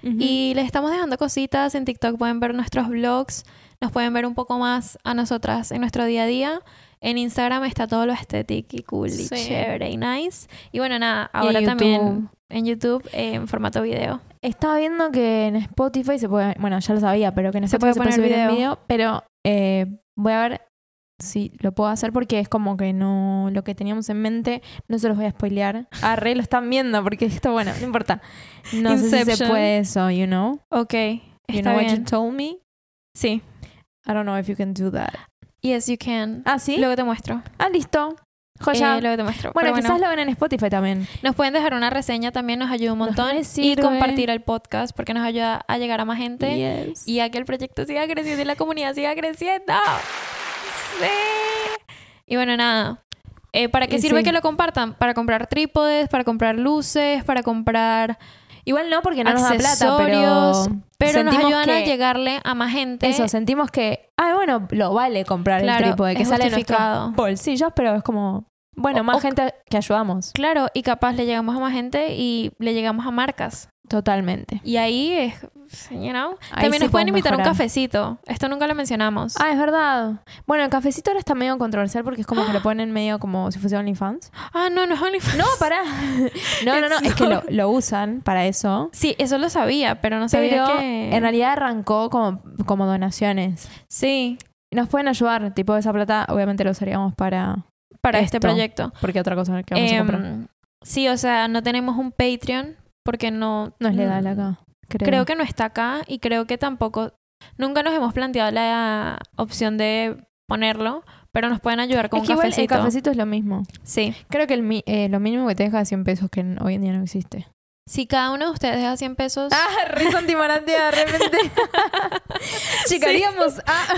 Speaker 1: Ujú.
Speaker 2: Y les estamos dejando cositas. En TikTok pueden ver nuestros vlogs, Nos pueden ver un poco más a nosotras en nuestro día a día. En Instagram está todo lo estético y cool y
Speaker 1: Sí.
Speaker 2: chévere y nice. Y bueno, nada,
Speaker 1: en
Speaker 2: ahora
Speaker 1: YouTube.
Speaker 2: también en YouTube eh, en formato video.
Speaker 1: Estaba viendo que en Spotify se puede, bueno, ya lo sabía, pero que en
Speaker 2: Se
Speaker 1: Spotify
Speaker 2: puede
Speaker 1: se puede
Speaker 2: poner
Speaker 1: subir en
Speaker 2: video.
Speaker 1: video, pero eh, voy a ver si lo puedo hacer porque es como que no lo que teníamos en mente, no se los voy a spoilear. Ah, re lo están viendo porque esto, bueno, no importa. No sé si se
Speaker 2: Inception.
Speaker 1: puede eso, you know?
Speaker 2: Ok,
Speaker 1: You
Speaker 2: está
Speaker 1: know what you
Speaker 2: bien.
Speaker 1: told me?
Speaker 2: Sí.
Speaker 1: I don't know if you can do that.
Speaker 2: Yes, you can.
Speaker 1: Ah, ¿sí?
Speaker 2: Luego te muestro.
Speaker 1: Ah, listo. Joya.
Speaker 2: Eh, luego te muestro.
Speaker 1: bueno,
Speaker 2: Pero
Speaker 1: quizás lo ven en Spotify también.
Speaker 2: Nos pueden dejar una reseña también, nos ayuda un
Speaker 1: Nos
Speaker 2: montón.
Speaker 1: re
Speaker 2: y
Speaker 1: sirve.
Speaker 2: compartir el podcast porque nos ayuda a llegar a más gente.
Speaker 1: Yes.
Speaker 2: y a que el proyecto siga creciendo y la comunidad siga creciendo. Sí. Y bueno, nada. Eh, ¿Para qué
Speaker 1: Y
Speaker 2: sirve
Speaker 1: sí.
Speaker 2: que lo compartan? Para comprar trípodes, para comprar luces, para comprar...
Speaker 1: Igual no porque no nos da plata, pero,
Speaker 2: Accesorios, ¿eh? Pero
Speaker 1: sentimos
Speaker 2: nos ayudan a
Speaker 1: que-
Speaker 2: llegarle a más gente.
Speaker 1: Eso, sentimos que, ah, bueno, lo vale comprar
Speaker 2: Claro,
Speaker 1: el trípode, que
Speaker 2: es
Speaker 1: sale de nuestros
Speaker 2: justificado.
Speaker 1: bolsillos, pero es como, bueno,
Speaker 2: O-
Speaker 1: más
Speaker 2: o-
Speaker 1: gente que ayudamos.
Speaker 2: Claro, y capaz le llegamos a más gente y le llegamos a marcas.
Speaker 1: Totalmente.
Speaker 2: Y ahí es... You know.
Speaker 1: Ahí
Speaker 2: También
Speaker 1: sí
Speaker 2: nos pueden
Speaker 1: podemos
Speaker 2: invitar a un
Speaker 1: mejorar.
Speaker 2: cafecito. Esto nunca lo mencionamos.
Speaker 1: Ah, es verdad. Bueno, el cafecito ahora está medio controversial porque es como que lo ponen medio como si fuese OnlyFans.
Speaker 2: Ah, no, no es OnlyFans.
Speaker 1: No, pará. No, no, no, es que lo,
Speaker 2: No.
Speaker 1: lo usan para eso.
Speaker 2: Sí, eso lo sabía, pero no sabía
Speaker 1: Pero
Speaker 2: que...
Speaker 1: en realidad arrancó como, como donaciones.
Speaker 2: Sí,
Speaker 1: Nos pueden ayudar, tipo esa plata, obviamente lo usaríamos para.
Speaker 2: para este
Speaker 1: Esto.
Speaker 2: proyecto.
Speaker 1: Porque otra cosa que vamos a comprar.
Speaker 2: Em, sí, o sea, no tenemos un Patreon porque no...
Speaker 1: No es legal acá. mm, Creo,
Speaker 2: Creo que no está acá y creo que tampoco... Nunca nos hemos planteado la opción de ponerlo, pero nos pueden ayudar con
Speaker 1: es
Speaker 2: un
Speaker 1: que igual
Speaker 2: cafecito.
Speaker 1: el cafecito es lo mismo.
Speaker 2: Sí.
Speaker 1: Creo que el mi- eh, lo mínimo que te deja es 100 pesos, que n- hoy en día no existe.
Speaker 2: Si cada uno de ustedes deja 100 pesos...
Speaker 1: Ah. re de repente.
Speaker 2: Llegaríamos
Speaker 1: a...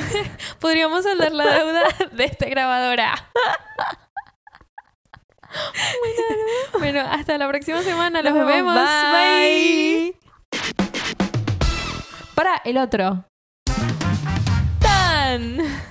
Speaker 2: Podríamos saldar la deuda de esta grabadora. Bueno, hasta la próxima semana. Los vemos. Bye.
Speaker 1: Para el otro. ¡Tan!